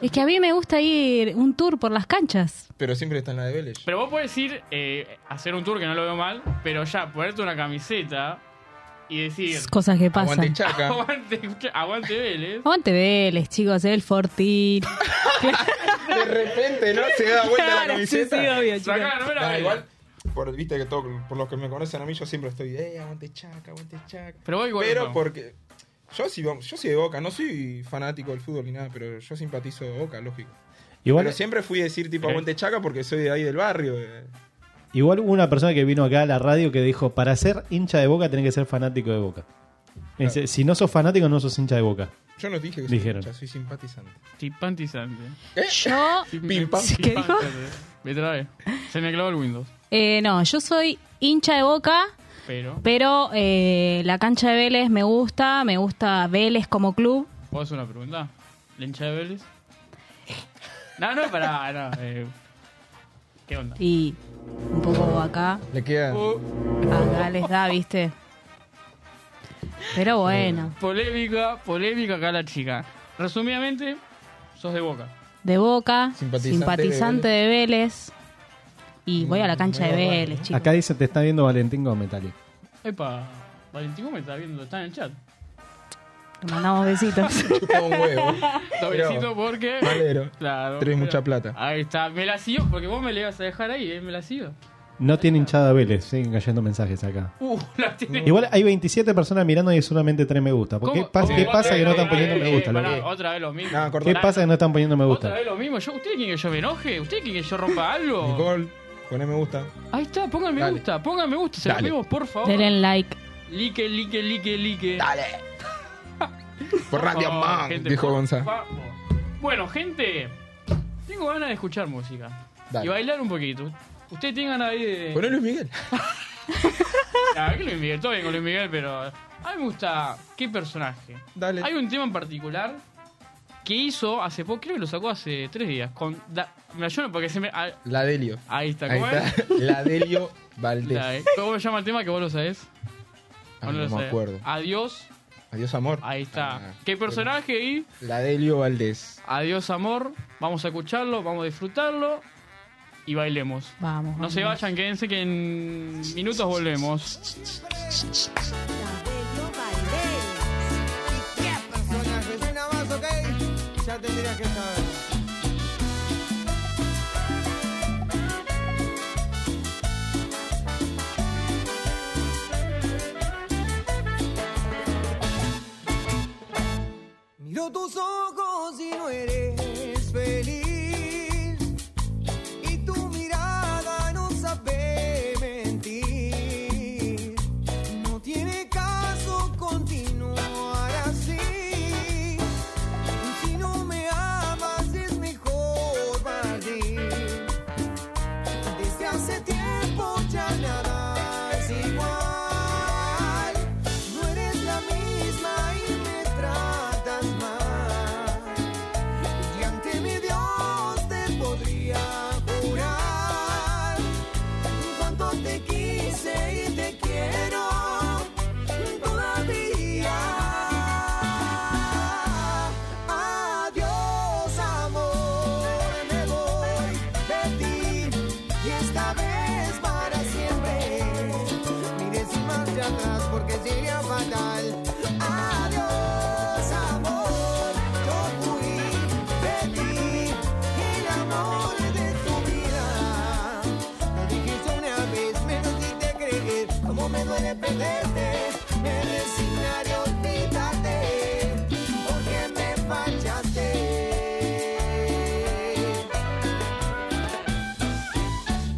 Speaker 6: Es que a mí me gusta ir un tour por las canchas.
Speaker 5: Pero siempre está en la de Vélez.
Speaker 4: Pero vos podés ir eh, a hacer un tour que no lo veo mal, pero ya ponerte una camiseta y decir
Speaker 6: Cosas que
Speaker 5: Aguante
Speaker 6: pasan.
Speaker 5: Chaca.
Speaker 4: aguante, aguante Vélez.
Speaker 6: Aguante Vélez, chicos, el Fortín.
Speaker 5: De repente, ¿no? Se da vuelta la
Speaker 6: Claro, sí, sí,
Speaker 5: camiseta.
Speaker 6: obvio, chicos.
Speaker 4: Sacá, no
Speaker 5: Ah,
Speaker 4: era
Speaker 5: igual, por, viste que todo, por los que me conocen a mí, yo siempre estoy, eh, aguante Chaca, aguante Chaca.
Speaker 4: Pero vos igual
Speaker 5: Pero
Speaker 4: no.
Speaker 5: porque... Yo sí, vamos- yo sí de Boca, no soy fanático del fútbol ni nada, pero yo simpatizo de Boca, lógico.
Speaker 7: Igual,
Speaker 5: Pero siempre fui a decir tipo
Speaker 4: Ok.
Speaker 5: aguante Chaca porque soy de ahí del barrio. eh. de-
Speaker 7: igual hubo una persona que vino acá a la radio que dijo, para ser hincha de Boca tenés que ser fanático de Boca. Me dice, si no sos fanático no sos hincha de Boca.
Speaker 5: Yo no dije que
Speaker 7: Dijeron.
Speaker 5: soy hincha, soy simpatizante.
Speaker 4: Tipantizante.
Speaker 6: Yo,
Speaker 5: Pim, pam.
Speaker 6: ¿Sí, qué dijo?
Speaker 4: Me trae. Se me clavó el Windows.
Speaker 6: eh, no, yo soy hincha de Boca,
Speaker 4: Pero
Speaker 6: pero eh, la cancha de Vélez me gusta, me gusta Vélez como club.
Speaker 4: ¿Puedo hacer una pregunta? ¿La hincha de Vélez? No, no, pará, no. eh, ¿Qué onda?
Speaker 6: Y un poco acá,
Speaker 5: Le queda.
Speaker 4: Uh,
Speaker 6: acá les da, viste. Pero bueno,
Speaker 4: polémica, polémica acá la chica. Resumidamente, sos de boca.
Speaker 6: de Boca,
Speaker 5: Simpatizante
Speaker 6: simpatizante de Vélez. y voy a la cancha
Speaker 5: Mm,
Speaker 6: de Vélez, chicos.
Speaker 7: Acá dice, te está viendo Valentín con Metallic.
Speaker 4: Epa, Valentín Gómez está viendo, está en el chat.
Speaker 6: Te mandamos besitos.
Speaker 5: Chupa un huevo.
Speaker 4: Doblecito porque.
Speaker 5: Valero.
Speaker 4: Claro.
Speaker 5: Tres
Speaker 4: mira. Ah,
Speaker 5: mucha plata.
Speaker 4: Ahí está, me la sigo, porque vos me la ibas a dejar ahí, eh, me la sigo.
Speaker 7: No tiene hinchada Vélez, siguen cayendo mensajes acá.
Speaker 4: Uh, la tiene.
Speaker 7: Igual hay 27 personas mirando y solamente 3 me gusta. ¿Por qué,
Speaker 4: ¿Cómo-
Speaker 7: pas-
Speaker 4: cómo
Speaker 7: qué
Speaker 4: otra
Speaker 7: pasa
Speaker 4: vez
Speaker 7: que
Speaker 4: lo
Speaker 7: no están
Speaker 4: mismo?
Speaker 7: poniendo me
Speaker 4: Eh,
Speaker 7: gusta?
Speaker 4: pará,
Speaker 7: loco?
Speaker 4: Otra vez lo mismo.
Speaker 5: Nada, cortá.
Speaker 7: ¿Qué pasa que no están poniendo me
Speaker 4: Otra
Speaker 7: gusta?
Speaker 4: vez lo mismo. Yo, ¿Usted quiere que yo me enoje? ¿Usted quiere que yo rompa algo?
Speaker 5: Nicole, poné me gusta.
Speaker 4: Ahí está, pónganme
Speaker 5: Dale.
Speaker 4: gusta, pónganme gusta, se
Speaker 5: Dale.
Speaker 4: lo pedimos, por favor.
Speaker 6: Denle like.
Speaker 4: Like, like, like, like.
Speaker 5: Por Radio
Speaker 4: favor,
Speaker 5: Man,
Speaker 4: Oh, gente,
Speaker 5: dijo
Speaker 4: por
Speaker 5: Gonza.
Speaker 4: favor. Bueno, gente, tengo ganas de escuchar música
Speaker 5: Dale.
Speaker 4: y bailar un poquito. Ustedes tengan ahí de.
Speaker 5: Poné Luis Miguel.
Speaker 4: Ah, que Luis Miguel, todo bien con Luis Miguel, pero. A mí me gusta. ¿Qué personaje?
Speaker 5: Dale.
Speaker 4: Hay un tema en particular que hizo hace poco, creo que lo sacó hace tres días. Con. Da- me ayudan porque se me. ah,
Speaker 5: La Delio.
Speaker 4: Ahí está,
Speaker 5: Ahí
Speaker 4: ¿cómo es?
Speaker 5: está. La Delio Valdés.
Speaker 4: La- eh, ¿Cómo se llama el tema que vos lo sabés?
Speaker 5: Ah,
Speaker 4: Vos
Speaker 5: no
Speaker 4: lo
Speaker 5: me
Speaker 4: sabés.
Speaker 5: acuerdo.
Speaker 4: Adiós,
Speaker 5: Adiós, amor.
Speaker 4: ahí está.
Speaker 5: Ah,
Speaker 4: ¿Qué personaje y
Speaker 5: La Delio Valdés.
Speaker 4: adiós amor? Vamos a escucharlo, vamos a disfrutarlo y bailemos.
Speaker 6: Vamos.
Speaker 4: No se
Speaker 6: vamos.
Speaker 4: vayan, quédense que en minutos volvemos.
Speaker 3: ¿Y qué personaje suena más, ok? Ya tendrías que saber. Miro tus ojos y no eres feliz. Y tu mirada no sabe mentir. No tiene caso continuar así. Si no me amas es mejor partir. Desde hace tiempo ya nada es igual. No eres la misma y me tratas mal. Y ante mi Dios te podría jurar cuánto te quise y te quiero todavía. Adiós, amor, me voy de ti y esta vez para siempre. Mire sin marcha atrás porque sería fatal. Adiós, amor, yo fui de ti, el amor de tu vida. Lo dijiste una vez, me lo hiciste creer. Como me duele perderte, me resignaré a olvidarte, porque me fallaste.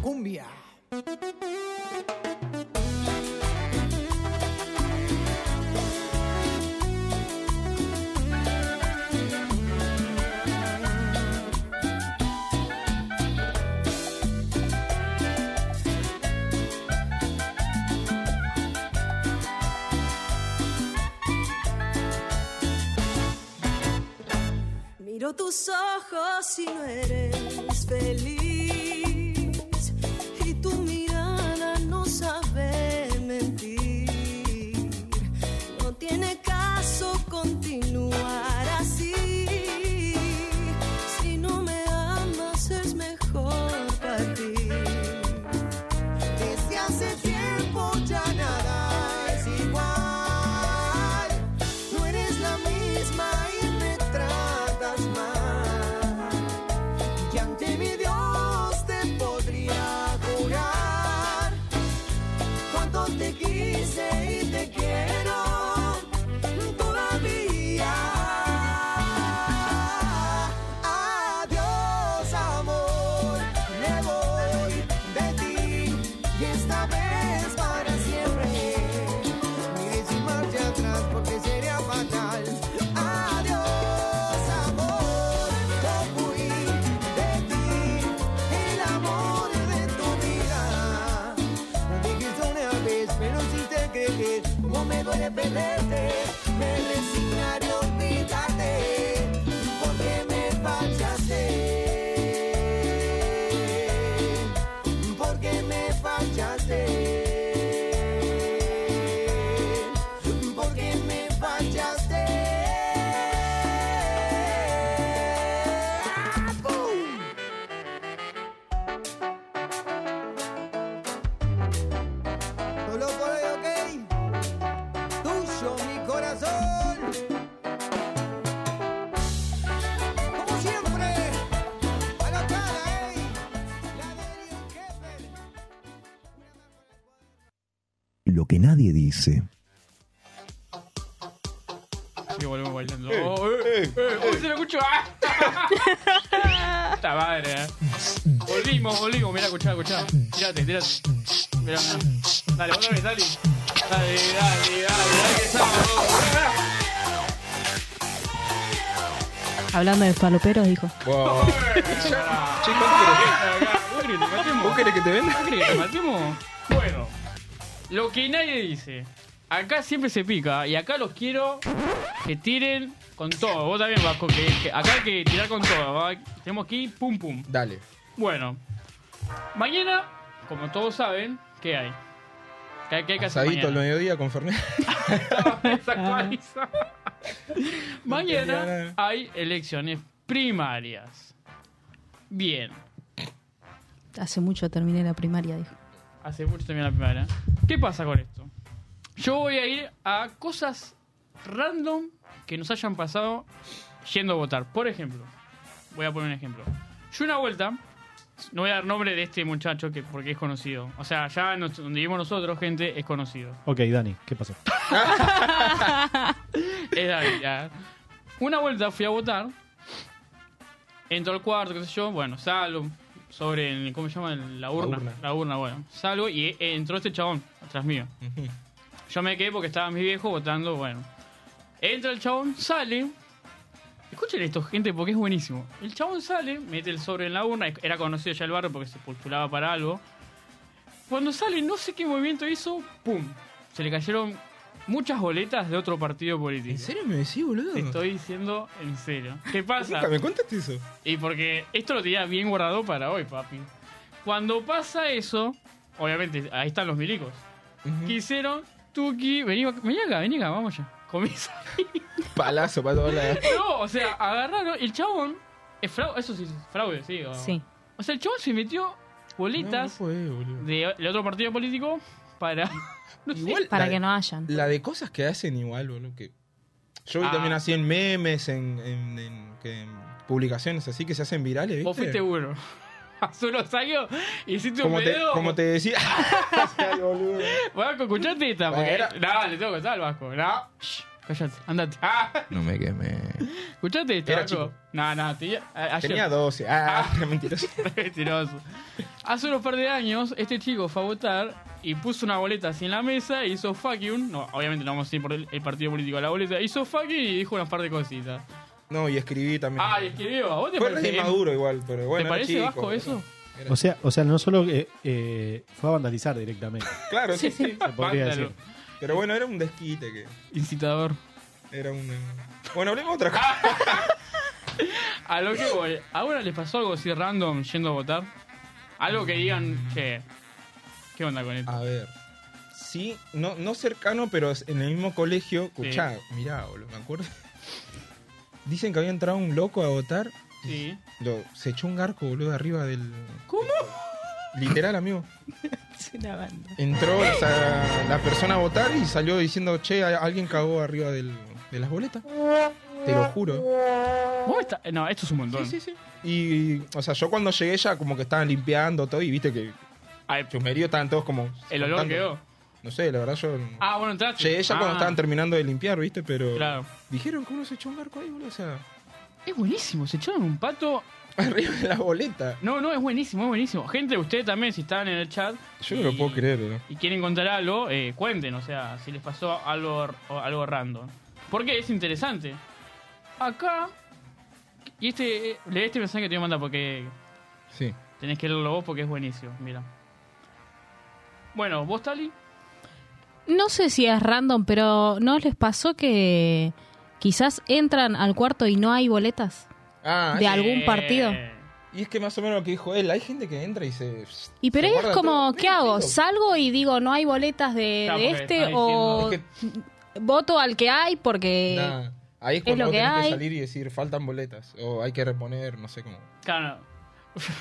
Speaker 3: Cumbia.
Speaker 8: Miro tus ojos y no eres feliz. Y tu mirada no sabe mentir. No tiene caso continuar así. Si no me amas es mejor partir.
Speaker 3: Desde hace tiempo ya nada es igual. No eres la misma y me tratas mal. Y ante mi Dios te podría jurar cuánto te quise y te quiero todavía. Adiós, amor, me voy de ti y esta vez para siempre. Mire sin marcha atrás porque sería fatal. Adiós, amor, yo fui de ti, el amor de tu vida. No dijiste una vez, pero si te crees, como me duele perderte, me resignaré a olvidarte, porque me fallaste porque me fallaste. Porque me fallaste. ¡Ah, pum!
Speaker 2: lo que nadie dice.
Speaker 4: Y volvemos bailando. Oh, eh, eh, ¡Uy, se lo escucho! ¡Ah! Esta madre, eh. Volvimos, volvimos. Mirá, escuchá, escuchá. Tirate, tirate. Mirá. Dale, otra vez, dale. Dale, dale, dale, dale, que sábado.
Speaker 6: Hablando de paloperos, dijo.
Speaker 5: Wow. Che, ¿cuál
Speaker 4: ¿Vos querés que te
Speaker 5: querés?
Speaker 4: matemos?
Speaker 5: ¿Vos querés que te venda?
Speaker 4: ¿Vos querés que te matemos? Bueno, lo que nadie dice. Acá siempre se pica y acá los quiero que tiren con todo. Vos también, Vasco, que, que acá hay que tirar con todo. ¿va? Tenemos que ir pum pum.
Speaker 5: Dale.
Speaker 4: Bueno, mañana, como todos saben, ¿qué hay? ¿Qué, hay- qué hay que hacer
Speaker 5: Asadito al
Speaker 4: mañana?
Speaker 5: mediodía con Fernet.
Speaker 4: Se actualiza. mañana hay elecciones primarias. Bien.
Speaker 6: Hace mucho terminé la primaria, dijo.
Speaker 4: Hace mucho también la primera. ¿Qué pasa con esto? Yo voy a ir a cosas random que nos hayan pasado yendo a votar. Por ejemplo, voy a poner un ejemplo. Yo una vuelta, no voy a dar nombre de este muchacho que, porque es conocido. O sea, allá nos- donde vivimos nosotros, gente, es conocido.
Speaker 7: Ok, Dani, ¿qué pasó?
Speaker 4: Es David, ya. Una vuelta fui a votar. Entro al cuarto, qué sé yo. Bueno, salgo. Sobre, el- ¿cómo se llama? El- La urna. La urna,
Speaker 5: urna.
Speaker 4: bueno. Salgo y eh, entró este chabón atrás mío. Yo me quedé porque estaba mi viejo votando, bueno. Entra el chabón, sale. Escuchen esto, gente, porque es buenísimo. El chabón sale, mete el sobre en la urna. Era conocido ya el barrio porque se postulaba para algo. Cuando sale, no sé qué movimiento hizo, ¡pum! Se le cayeron muchas boletas de otro partido político.
Speaker 5: ¿En serio me decís, boludo?
Speaker 4: Te estoy diciendo en serio. ¿Qué pasa?
Speaker 5: Nunca me contaste eso.
Speaker 4: Y porque esto lo tenía bien guardado para hoy, papi. Cuando pasa eso, obviamente, ahí están los milicos.
Speaker 5: Ujú.
Speaker 4: ¿Qué hicieron? Tuki, vení, ac- vení acá, vení acá, vamos ya. Comienza.
Speaker 5: Palazo para toda la.
Speaker 4: No, o sea, agarraron el chabón. Es fraude, eso sí, es fraude, sí. o-
Speaker 6: Sí.
Speaker 4: O sea, el chabón se metió bolitas
Speaker 5: No, no podés, boludo.
Speaker 4: de- del otro partido político para. no sé.
Speaker 5: Igual,
Speaker 6: Para
Speaker 5: la-
Speaker 6: que no hayan.
Speaker 5: La de cosas que hacen igual, boludo. Que yo vi
Speaker 4: Ah.
Speaker 5: también así en memes, en, en- en- que- en publicaciones así que se hacen virales, ¿viste?
Speaker 4: Vos fuiste uno. Hace unos años hiciste un
Speaker 5: como te,
Speaker 4: video.
Speaker 5: como te decía. "Ah, Ay, boludo.
Speaker 4: Vasco, escuchate esta. Porque...
Speaker 5: Bueno.
Speaker 4: No, le tengo que contar al Vasco. No. Shh, cállate, andate. Ah,
Speaker 5: No me quemé.
Speaker 4: escuchate esta,
Speaker 5: Era
Speaker 4: Vasco.
Speaker 5: chico.
Speaker 4: No, no, tenía. a- ayer.
Speaker 5: Tenía 12. Ah, mentiroso.
Speaker 4: Mentiroso. Hace unos par de años, este chico fue a votar y puso una boleta así en la mesa, hizo fucking. No, obviamente no vamos a ir por el, el partido político a la boleta. Hizo fucking y dijo unas par de cositas.
Speaker 5: No, y escribí también.
Speaker 4: Ah, y escribió. ¿A vos te
Speaker 5: Fue re
Speaker 4: parece,
Speaker 5: maduro igual, pero bueno.
Speaker 4: ¿te
Speaker 5: era
Speaker 4: parece
Speaker 5: chico,
Speaker 4: Vasco
Speaker 5: boludo.
Speaker 4: eso?
Speaker 7: O sea, o sea no solo eh, eh, fue a vandalizar directamente.
Speaker 5: Claro, sí, sí.
Speaker 7: podría
Speaker 4: Vándalo.
Speaker 7: decir.
Speaker 5: Pero bueno, era un desquite que.
Speaker 4: Incitador.
Speaker 5: Era un. Bueno, hablemos de otra
Speaker 4: Ah,
Speaker 5: cosa.
Speaker 4: A lo que voy, ¿ahora les pasó algo así random yendo a votar? Algo que digan, che, ¿qué onda con esto?
Speaker 5: A ver. Sí, no, no cercano, pero en el mismo colegio. Escuchá, mirá, boludo, me acuerdo. Dicen que había entrado un loco a votar.
Speaker 4: Sí.
Speaker 5: Lo, se echó un garco, boludo, arriba del. ¿Cómo? Literal, amigo.
Speaker 6: Es una banda.
Speaker 5: Entró o sea, la persona a votar y salió diciendo, che, a- alguien cagó arriba del- de las boletas. Te lo juro.
Speaker 4: ¿Vos está- No, esto es un montón.
Speaker 5: Sí, sí, sí. Y, o sea, yo cuando llegué ya como que estaban limpiando todo y viste que
Speaker 4: Ay,
Speaker 5: chumerío estaban todos como...
Speaker 4: el olor
Speaker 5: saltando.
Speaker 4: quedó.
Speaker 5: No sé, la verdad yo...
Speaker 4: Ah, bueno, entraste.
Speaker 5: Llegué ya
Speaker 4: Ah,
Speaker 5: cuando estaban terminando de limpiar, ¿viste? Pero...
Speaker 4: Claro.
Speaker 5: Dijeron que uno se echó un barco ahí, boludo. O sea,
Speaker 4: Es buenísimo, se echaron un pato.
Speaker 5: arriba de la boleta.
Speaker 4: No, no, es buenísimo, es buenísimo. Gente, ustedes también, si están en el chat.
Speaker 5: Yo
Speaker 4: y-
Speaker 5: no lo puedo creer, ¿no?
Speaker 4: Y quieren contar algo, eh, cuenten, o sea, si les pasó algo, o algo random. Porque es interesante. Acá. Y este. eh, Leí este mensaje que te voy a mandar porque
Speaker 5: Sí.
Speaker 4: Tenés que leerlo vos porque es buenísimo, mira. Bueno, vos, Tali,
Speaker 6: No sé si es random, pero ¿no les pasó que quizás entran al cuarto y no hay boletas?
Speaker 5: Ah,
Speaker 6: De algún
Speaker 4: eh,
Speaker 6: partido.
Speaker 5: y es que más o menos lo que dijo él, hay gente que entra y se...
Speaker 6: Y pero
Speaker 5: se
Speaker 6: ahí es
Speaker 5: guarda
Speaker 6: como,
Speaker 5: todo.
Speaker 6: ¿qué hago?
Speaker 5: Mira,
Speaker 6: ¿Salgo y digo no hay boletas de,
Speaker 4: Claro,
Speaker 6: de
Speaker 4: porque
Speaker 6: este
Speaker 4: está
Speaker 6: o
Speaker 5: diciendo-
Speaker 6: voto al que hay porque...
Speaker 5: Nah, ahí es cuando
Speaker 6: lo que
Speaker 5: vos tenés
Speaker 6: hay.
Speaker 5: que salir y decir faltan boletas o hay que reponer, no sé cómo.
Speaker 4: Claro.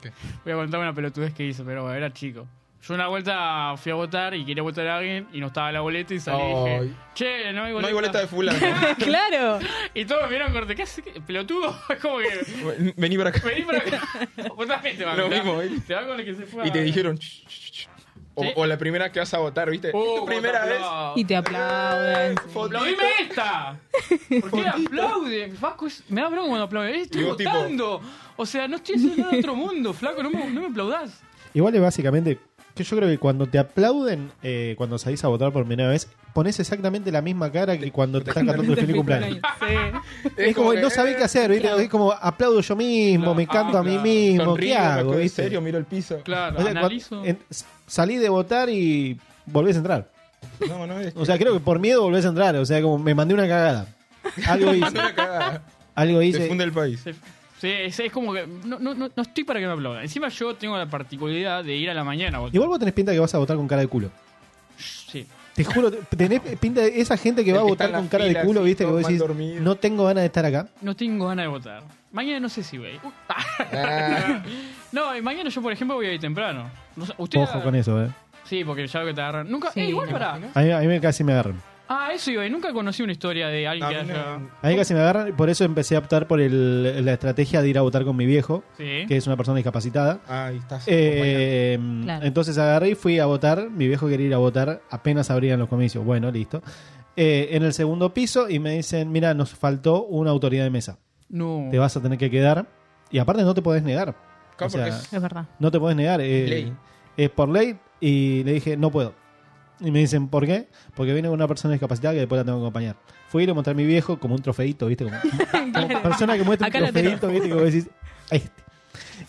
Speaker 5: ¿Qué?
Speaker 4: Voy a contar una pelotudez que hizo, pero bueno, era chico. Yo una vuelta fui a votar y quería votar a alguien y no estaba la boleta y salí y dije,
Speaker 5: Ay.
Speaker 4: che, no hay boleta.
Speaker 5: No hay boleta de fulano.
Speaker 6: claro.
Speaker 4: Y todos me vieron corte, ¿qué haces? ¿Qué- ¿Pelotudo? Es como que,
Speaker 5: Vení para acá.
Speaker 4: vení para acá. Vos también te vas
Speaker 5: Lo
Speaker 4: mirá.
Speaker 5: mismo, ¿eh?
Speaker 4: Te vas con el que se fue a-
Speaker 5: Y te dijeron, "Ch, ch, ch, ch". O,
Speaker 4: Sí.
Speaker 5: o la primera que vas a votar, ¿viste?
Speaker 4: Oh,
Speaker 5: ¿Es tu primera
Speaker 4: cuando
Speaker 5: vez.
Speaker 4: aplaudo.
Speaker 6: Y te aplauden.
Speaker 5: Fotito.
Speaker 4: ¡Aplaudime esta! ¿Por qué aplaude? Facu, es- me da broma cuando aplaude. Estoy
Speaker 5: Digo, tipo-
Speaker 4: votando. O sea, no estoy haciendo nada de otro mundo, flaco. No me, no me aplaudás.
Speaker 7: Igual es básicamente que yo creo que cuando te aplauden, eh, cuando salís a votar por primera vez, pones exactamente la misma cara que cuando te están cantando el feliz cumpleaños.
Speaker 6: Sí.
Speaker 7: Es, como, que no sabés
Speaker 5: eh,
Speaker 7: qué hacer, ¿viste? Es como aplaudo yo mismo,
Speaker 4: Claro.
Speaker 7: me canto
Speaker 4: Ah,
Speaker 7: a mí
Speaker 4: claro.
Speaker 7: mismo,
Speaker 5: sonrío,
Speaker 7: ¿qué
Speaker 5: me
Speaker 7: hago?
Speaker 5: acuerdo, en
Speaker 7: ¿viste?
Speaker 5: serio, miro el piso.
Speaker 4: Claro,
Speaker 7: O sea,
Speaker 4: analizo.
Speaker 7: cuando- en- salí de votar y volvés a entrar.
Speaker 5: No, no, es
Speaker 7: O sea, creo que por miedo volvés a entrar. O sea, como me mandé una cagada. Algo hice.
Speaker 5: una cagada.
Speaker 7: algo
Speaker 5: Te
Speaker 7: hice.
Speaker 5: funde el país.
Speaker 4: Sí, sí, es, es como que no, no, no, no estoy para que me aplaudan. Encima yo tengo la particularidad de ir a la mañana. a votar.
Speaker 7: Igual vos tenés pinta que vas a votar con cara de culo.
Speaker 4: Sí.
Speaker 7: Te juro, te- tenés pinta de esa gente que
Speaker 5: El
Speaker 7: va a
Speaker 5: que
Speaker 7: votar
Speaker 5: está en
Speaker 7: con
Speaker 5: la
Speaker 7: cara
Speaker 5: fila,
Speaker 7: de culo,
Speaker 5: así,
Speaker 7: ¿viste? Que
Speaker 5: todo
Speaker 7: vos
Speaker 5: mal
Speaker 7: decís,
Speaker 5: dormido.
Speaker 7: no tengo ganas de estar acá.
Speaker 4: No tengo ganas de votar. Mañana no sé si voy. Uh,
Speaker 5: Ah,
Speaker 4: No, y mañana yo, por ejemplo, voy a ir temprano. No sé, usted
Speaker 7: Ojo con eso, ¿eh?
Speaker 4: Sí, porque ya veo que te agarran. Nunca.
Speaker 6: Sí,
Speaker 4: eh, igual
Speaker 6: no.
Speaker 4: para.
Speaker 7: A mí, a mí me casi me agarran.
Speaker 4: Ah, eso iba. y Nunca conocí una historia de alguien
Speaker 5: a
Speaker 4: que
Speaker 5: mí
Speaker 4: haya.
Speaker 5: no-
Speaker 7: A mí casi me agarran, y por eso empecé a optar por el- la estrategia de ir a votar con mi viejo,
Speaker 4: Sí.
Speaker 7: que es una persona discapacitada.
Speaker 5: Ahí estás.
Speaker 7: Eh,
Speaker 6: Claro.
Speaker 7: Entonces agarré y fui a votar. Mi viejo quería ir a votar apenas abrían los comicios. Bueno, listo. Eh, en el segundo piso y me dicen, mira, nos faltó una autoridad de mesa.
Speaker 4: No.
Speaker 7: Te vas a tener que quedar. Y aparte no te podés negar.
Speaker 5: Claro,
Speaker 7: O sea,
Speaker 5: porque es-
Speaker 6: Es verdad.
Speaker 7: no te podés negar. eh,
Speaker 5: Ley.
Speaker 7: Es por ley. Y le dije, no puedo. Y me dicen, ¿por qué? Porque viene una persona discapacitada que después la tengo que acompañar. Fui y le mostré a mi viejo como un trofeito, ¿viste? Como, como persona que muestra
Speaker 6: Acá
Speaker 7: un
Speaker 6: la tenés.
Speaker 7: trofeito, ¿viste? Como decís, "Ahí está".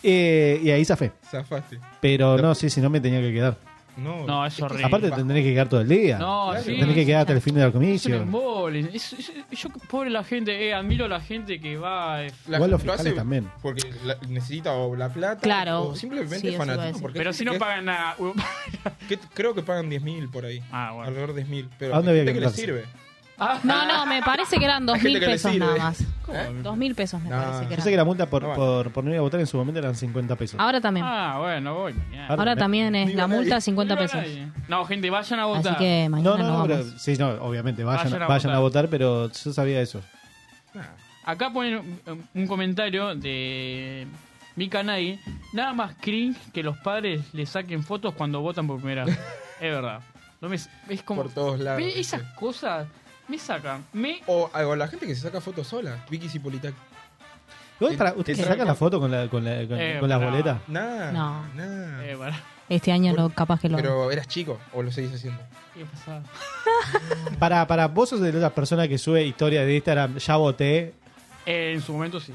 Speaker 7: Eh, y ahí zafé.
Speaker 5: Zafaste.
Speaker 7: Pero no, sí, si no me tenía que quedar.
Speaker 5: No.
Speaker 4: No, es horrible.
Speaker 7: Aparte, te tendré que quedar todo el día.
Speaker 4: No,
Speaker 7: Te
Speaker 4: sí.
Speaker 7: Tendré que quedar hasta el fin del
Speaker 4: Es un
Speaker 7: comicio.
Speaker 4: embole. Es- es- yo, pobre la gente, eh, admiro a la gente que va. eh.
Speaker 5: La
Speaker 7: Igual los
Speaker 5: gente lo hace
Speaker 7: fiscales también.
Speaker 5: Porque la- necesita o la plata
Speaker 6: Claro,
Speaker 5: o
Speaker 6: sí,
Speaker 5: simplemente
Speaker 6: eso iba a
Speaker 5: fanatismo.
Speaker 6: decir.
Speaker 5: Porque
Speaker 4: Pero
Speaker 5: hay
Speaker 4: si
Speaker 5: gente
Speaker 4: no
Speaker 5: que-
Speaker 4: pagan nada.
Speaker 5: que creo que pagan 10 mil por ahí.
Speaker 4: Ah, bueno.
Speaker 5: Alrededor de 10 mil. Pero
Speaker 7: ¿A dónde
Speaker 5: hay gente
Speaker 7: había que
Speaker 5: que le
Speaker 7: meterse?
Speaker 5: sirve.
Speaker 4: Ah,
Speaker 6: No, no, me parece que eran dos
Speaker 5: Hay gente
Speaker 6: mil
Speaker 5: que le
Speaker 6: pesos
Speaker 5: sirve.
Speaker 6: nada más.
Speaker 5: ¿Eh?
Speaker 6: Dos mil pesos me
Speaker 5: No,
Speaker 6: parece que
Speaker 7: Yo
Speaker 6: eran.
Speaker 7: sé que la multa por,
Speaker 5: No vale.
Speaker 7: por, por no ir a votar en su momento eran 50 pesos.
Speaker 6: Ahora también.
Speaker 4: Ah, bueno, voy. mañana.
Speaker 7: Ahora
Speaker 6: Ahora también es
Speaker 5: Digo,
Speaker 6: la
Speaker 5: nadie-
Speaker 6: multa 50
Speaker 4: No iba
Speaker 6: pesos.
Speaker 4: nadie. No, gente, vayan a votar.
Speaker 6: Así que
Speaker 7: no,
Speaker 6: mañana
Speaker 7: no, no,
Speaker 6: no
Speaker 7: pero
Speaker 6: vamos.
Speaker 7: sí, no, obviamente, vayan,
Speaker 4: Vayan
Speaker 7: vayan,
Speaker 4: a
Speaker 7: a,
Speaker 4: votar.
Speaker 7: votar, pero yo sabía eso.
Speaker 4: Acá ponen un, un comentario de Mika Nagy. Nada más cringe que los padres le saquen fotos cuando votan por primera vez. es verdad. No me- es como,
Speaker 5: Por todos lados,
Speaker 4: Ve
Speaker 5: sí.
Speaker 4: Esas cosas me sacan. Me
Speaker 5: O, o la gente que se saca fotos sola. Vicky Cipolitac.
Speaker 7: Igual, para,
Speaker 5: Te-
Speaker 7: ¿Ustedes
Speaker 5: te
Speaker 7: se sacan
Speaker 5: sacan-
Speaker 7: la foto con, la, con, la- con,
Speaker 4: Eh,
Speaker 7: con las
Speaker 4: no.
Speaker 7: boletas?
Speaker 5: Nada.
Speaker 6: No.
Speaker 5: Nada.
Speaker 4: Eh, pará.
Speaker 6: Este año no, capaz que lo
Speaker 5: Pero eras chico o lo seguís haciendo.
Speaker 4: ¿Qué pasaba?
Speaker 7: Para, para vos sos de las personas que sube historias de Instagram, ya voté.
Speaker 4: Eh, en su momento sí.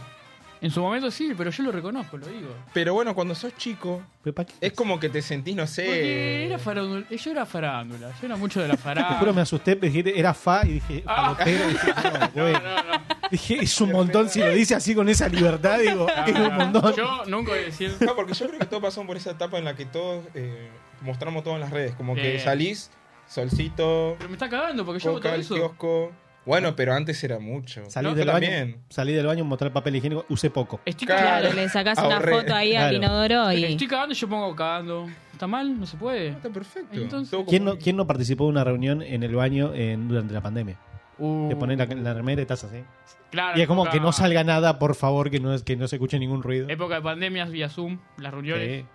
Speaker 4: En su momento sí, pero yo lo reconozco, lo digo.
Speaker 5: Pero bueno, cuando sos chico,
Speaker 7: Pero ¿para qué?
Speaker 5: es como que te sentís, no
Speaker 4: Porque
Speaker 7: Eh.
Speaker 5: sé.
Speaker 4: Pues era farándula. Yo era farándula. Yo era mucho de la
Speaker 7: Te juro, me
Speaker 4: farándula.
Speaker 7: asusté, me dijiste, era fa y dije,
Speaker 4: Ah.
Speaker 7: palotero. Dije, no, güey.
Speaker 4: No, no,
Speaker 7: Dije, es un montón si lo dice así con esa libertad, digo, es un
Speaker 4: no,
Speaker 7: montón.
Speaker 4: Yo nunca voy a decir.
Speaker 5: No, porque yo creo que todos pasamos por esa etapa en la que todos eh, mostramos todo en las redes. Como que
Speaker 4: Sí.
Speaker 5: salís, solcito,
Speaker 4: Pero me está cagando porque yo voto
Speaker 5: coca, el
Speaker 4: eso.
Speaker 5: kiosco. Bueno, pero antes era mucho. Ah,
Speaker 7: Salí
Speaker 5: No,
Speaker 7: del
Speaker 5: yo
Speaker 7: baño,
Speaker 5: también.
Speaker 7: salí del baño, mostrar papel higiénico, usé poco.
Speaker 4: Estoy
Speaker 5: Claro.
Speaker 4: cagando.
Speaker 6: Claro, le sacás una
Speaker 5: Ahorré.
Speaker 6: foto ahí al
Speaker 7: Claro.
Speaker 6: inodoro y.
Speaker 4: Estoy cagando y yo pongo cagando. ¿Está mal? No se puede.
Speaker 5: Está perfecto.
Speaker 4: Entonces-
Speaker 5: Todo como
Speaker 7: ¿Quién no,
Speaker 5: un-
Speaker 7: quién no participó de una reunión en el baño en- durante la pandemia?
Speaker 4: Uh,
Speaker 7: Te pones la, la remera y estás así.
Speaker 4: claro,
Speaker 7: Y es como
Speaker 4: época-
Speaker 7: que no salga nada, por favor, que no, es- que no se escuche ningún ruido.
Speaker 4: Época de pandemias vía Zoom, las reuniones.
Speaker 7: Sí.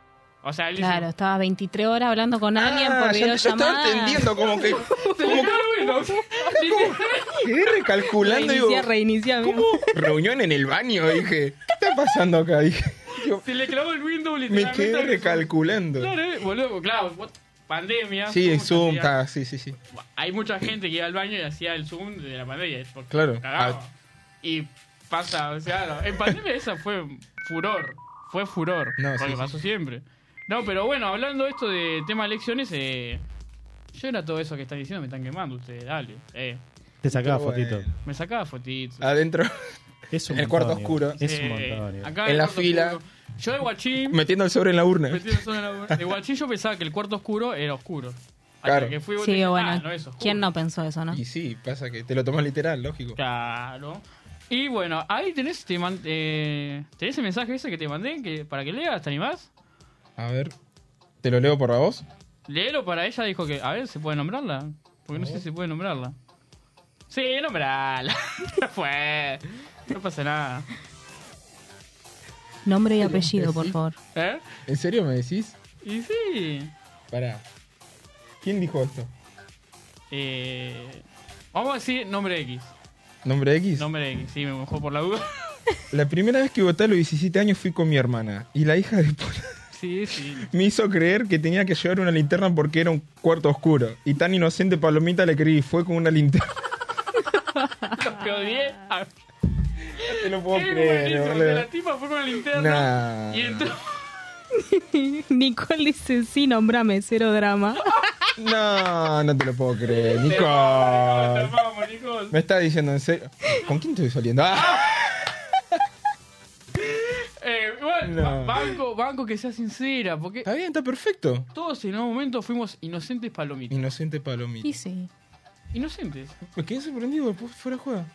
Speaker 4: O sea, él
Speaker 6: Claro, estabas 23 horas hablando con alguien
Speaker 5: Ah,
Speaker 6: por
Speaker 5: ya- ya
Speaker 6: videollamada.
Speaker 5: estaba entendiendo como que.
Speaker 4: dice,
Speaker 5: Como que quedé recalculando. Digo,
Speaker 6: Reinicia, reinicia.
Speaker 5: ¿Cómo? Reunión en el baño, dije. ¿Qué está pasando acá? Dije. Yo
Speaker 4: Se le clavó el Windows
Speaker 5: me
Speaker 4: literalmente.
Speaker 5: quedé
Speaker 4: al-
Speaker 5: recalculando.
Speaker 4: Claro, eh, boludo, claro. what- Pandemia.
Speaker 5: Sí, en
Speaker 4: ¿cómo
Speaker 5: Zoom,
Speaker 4: hacía?
Speaker 5: está, sí, sí, sí.
Speaker 4: Hay mucha gente que iba al baño y hacía el Zoom de la pandemia. es porque
Speaker 5: Claro.
Speaker 4: cagaba.
Speaker 5: Ah.
Speaker 4: Y pasa, o sea, no, en pandemia esa fue furor. Fue furor.
Speaker 5: No, sí,
Speaker 4: porque
Speaker 5: sí.
Speaker 4: pasó siempre. No, pero bueno, hablando esto de tema elecciones, eh, yo era todo eso que están diciendo, me están quemando ustedes, dale. Eh,
Speaker 7: Te sacaba
Speaker 5: Pero bueno.
Speaker 7: fotito.
Speaker 4: me sacaba fotitos.
Speaker 5: Adentro,
Speaker 7: Es un
Speaker 5: en el
Speaker 7: montón,
Speaker 5: cuarto
Speaker 7: digo.
Speaker 5: oscuro,
Speaker 7: Ah, Es un
Speaker 4: Eh,
Speaker 7: montón. digo.
Speaker 4: acá
Speaker 5: En
Speaker 4: el
Speaker 5: la
Speaker 4: cuarto
Speaker 5: fila.
Speaker 4: oscuro. Yo de guachín.
Speaker 5: metiendo el sobre en la urna.
Speaker 4: metido solo en la boca. De guachín yo pensaba que el cuarto oscuro era oscuro. Hasta
Speaker 5: Claro.
Speaker 4: que fui vos
Speaker 6: Sí,
Speaker 4: dije,
Speaker 6: bueno,
Speaker 4: "Ah, no es oscuro".
Speaker 6: ¿quién no pensó eso, no?
Speaker 5: Y sí, pasa que te lo tomas literal, lógico.
Speaker 4: Claro. Y bueno, ahí tenés, te man- eh, tenés el mensaje ese que te mandé que, para que leas, ¿te animás?
Speaker 5: A ver, ¿te lo leo por la voz?
Speaker 4: Léelo para ella, dijo que, a ver, ¿se puede nombrarla? Porque no sé si se puede nombrarla. Sí, nombrala. Fue. No pasa nada.
Speaker 6: Nombre y apellido, por favor.
Speaker 4: ¿Eh?
Speaker 5: ¿En serio me decís?
Speaker 4: Y sí.
Speaker 5: Pará. ¿Quién dijo esto?
Speaker 4: Eh, vamos a decir nombre X.
Speaker 5: ¿Nombre X?
Speaker 4: Nombre X, sí, me mojó por la duda.
Speaker 5: La primera vez que voté a los 17 años fui con mi hermana. Y la hija de puta
Speaker 4: Sí, sí.
Speaker 5: me hizo creer que tenía que llevar una linterna porque era un cuarto oscuro. Y tan inocente palomita le creí. Fue con una linterna.
Speaker 4: Te odié. Ah,
Speaker 5: Te lo puedo
Speaker 4: qué
Speaker 5: creer,
Speaker 4: buenísimo,
Speaker 5: boludo.
Speaker 4: La tipa fue con la linterna.
Speaker 5: Nah.
Speaker 4: Y entró.
Speaker 6: Nicole dice, sí, nombrame, cero drama.
Speaker 5: No, no te lo puedo creer,
Speaker 4: Te amamos,
Speaker 5: Nico.
Speaker 4: Nico, te amamos, Nico.
Speaker 5: Me está diciendo en serio. ¿Con quién estoy saliendo? ¡Ah!
Speaker 4: Eh, bueno,
Speaker 5: No.
Speaker 4: ba- banco, banco que sea sincera, porque
Speaker 5: Está bien, está perfecto.
Speaker 4: todos en un momento fuimos inocentes palomitas.
Speaker 5: Inocente palomita.
Speaker 6: Y sí.
Speaker 4: Inocentes.
Speaker 5: Me quedé sorprendido, después fuera de juego.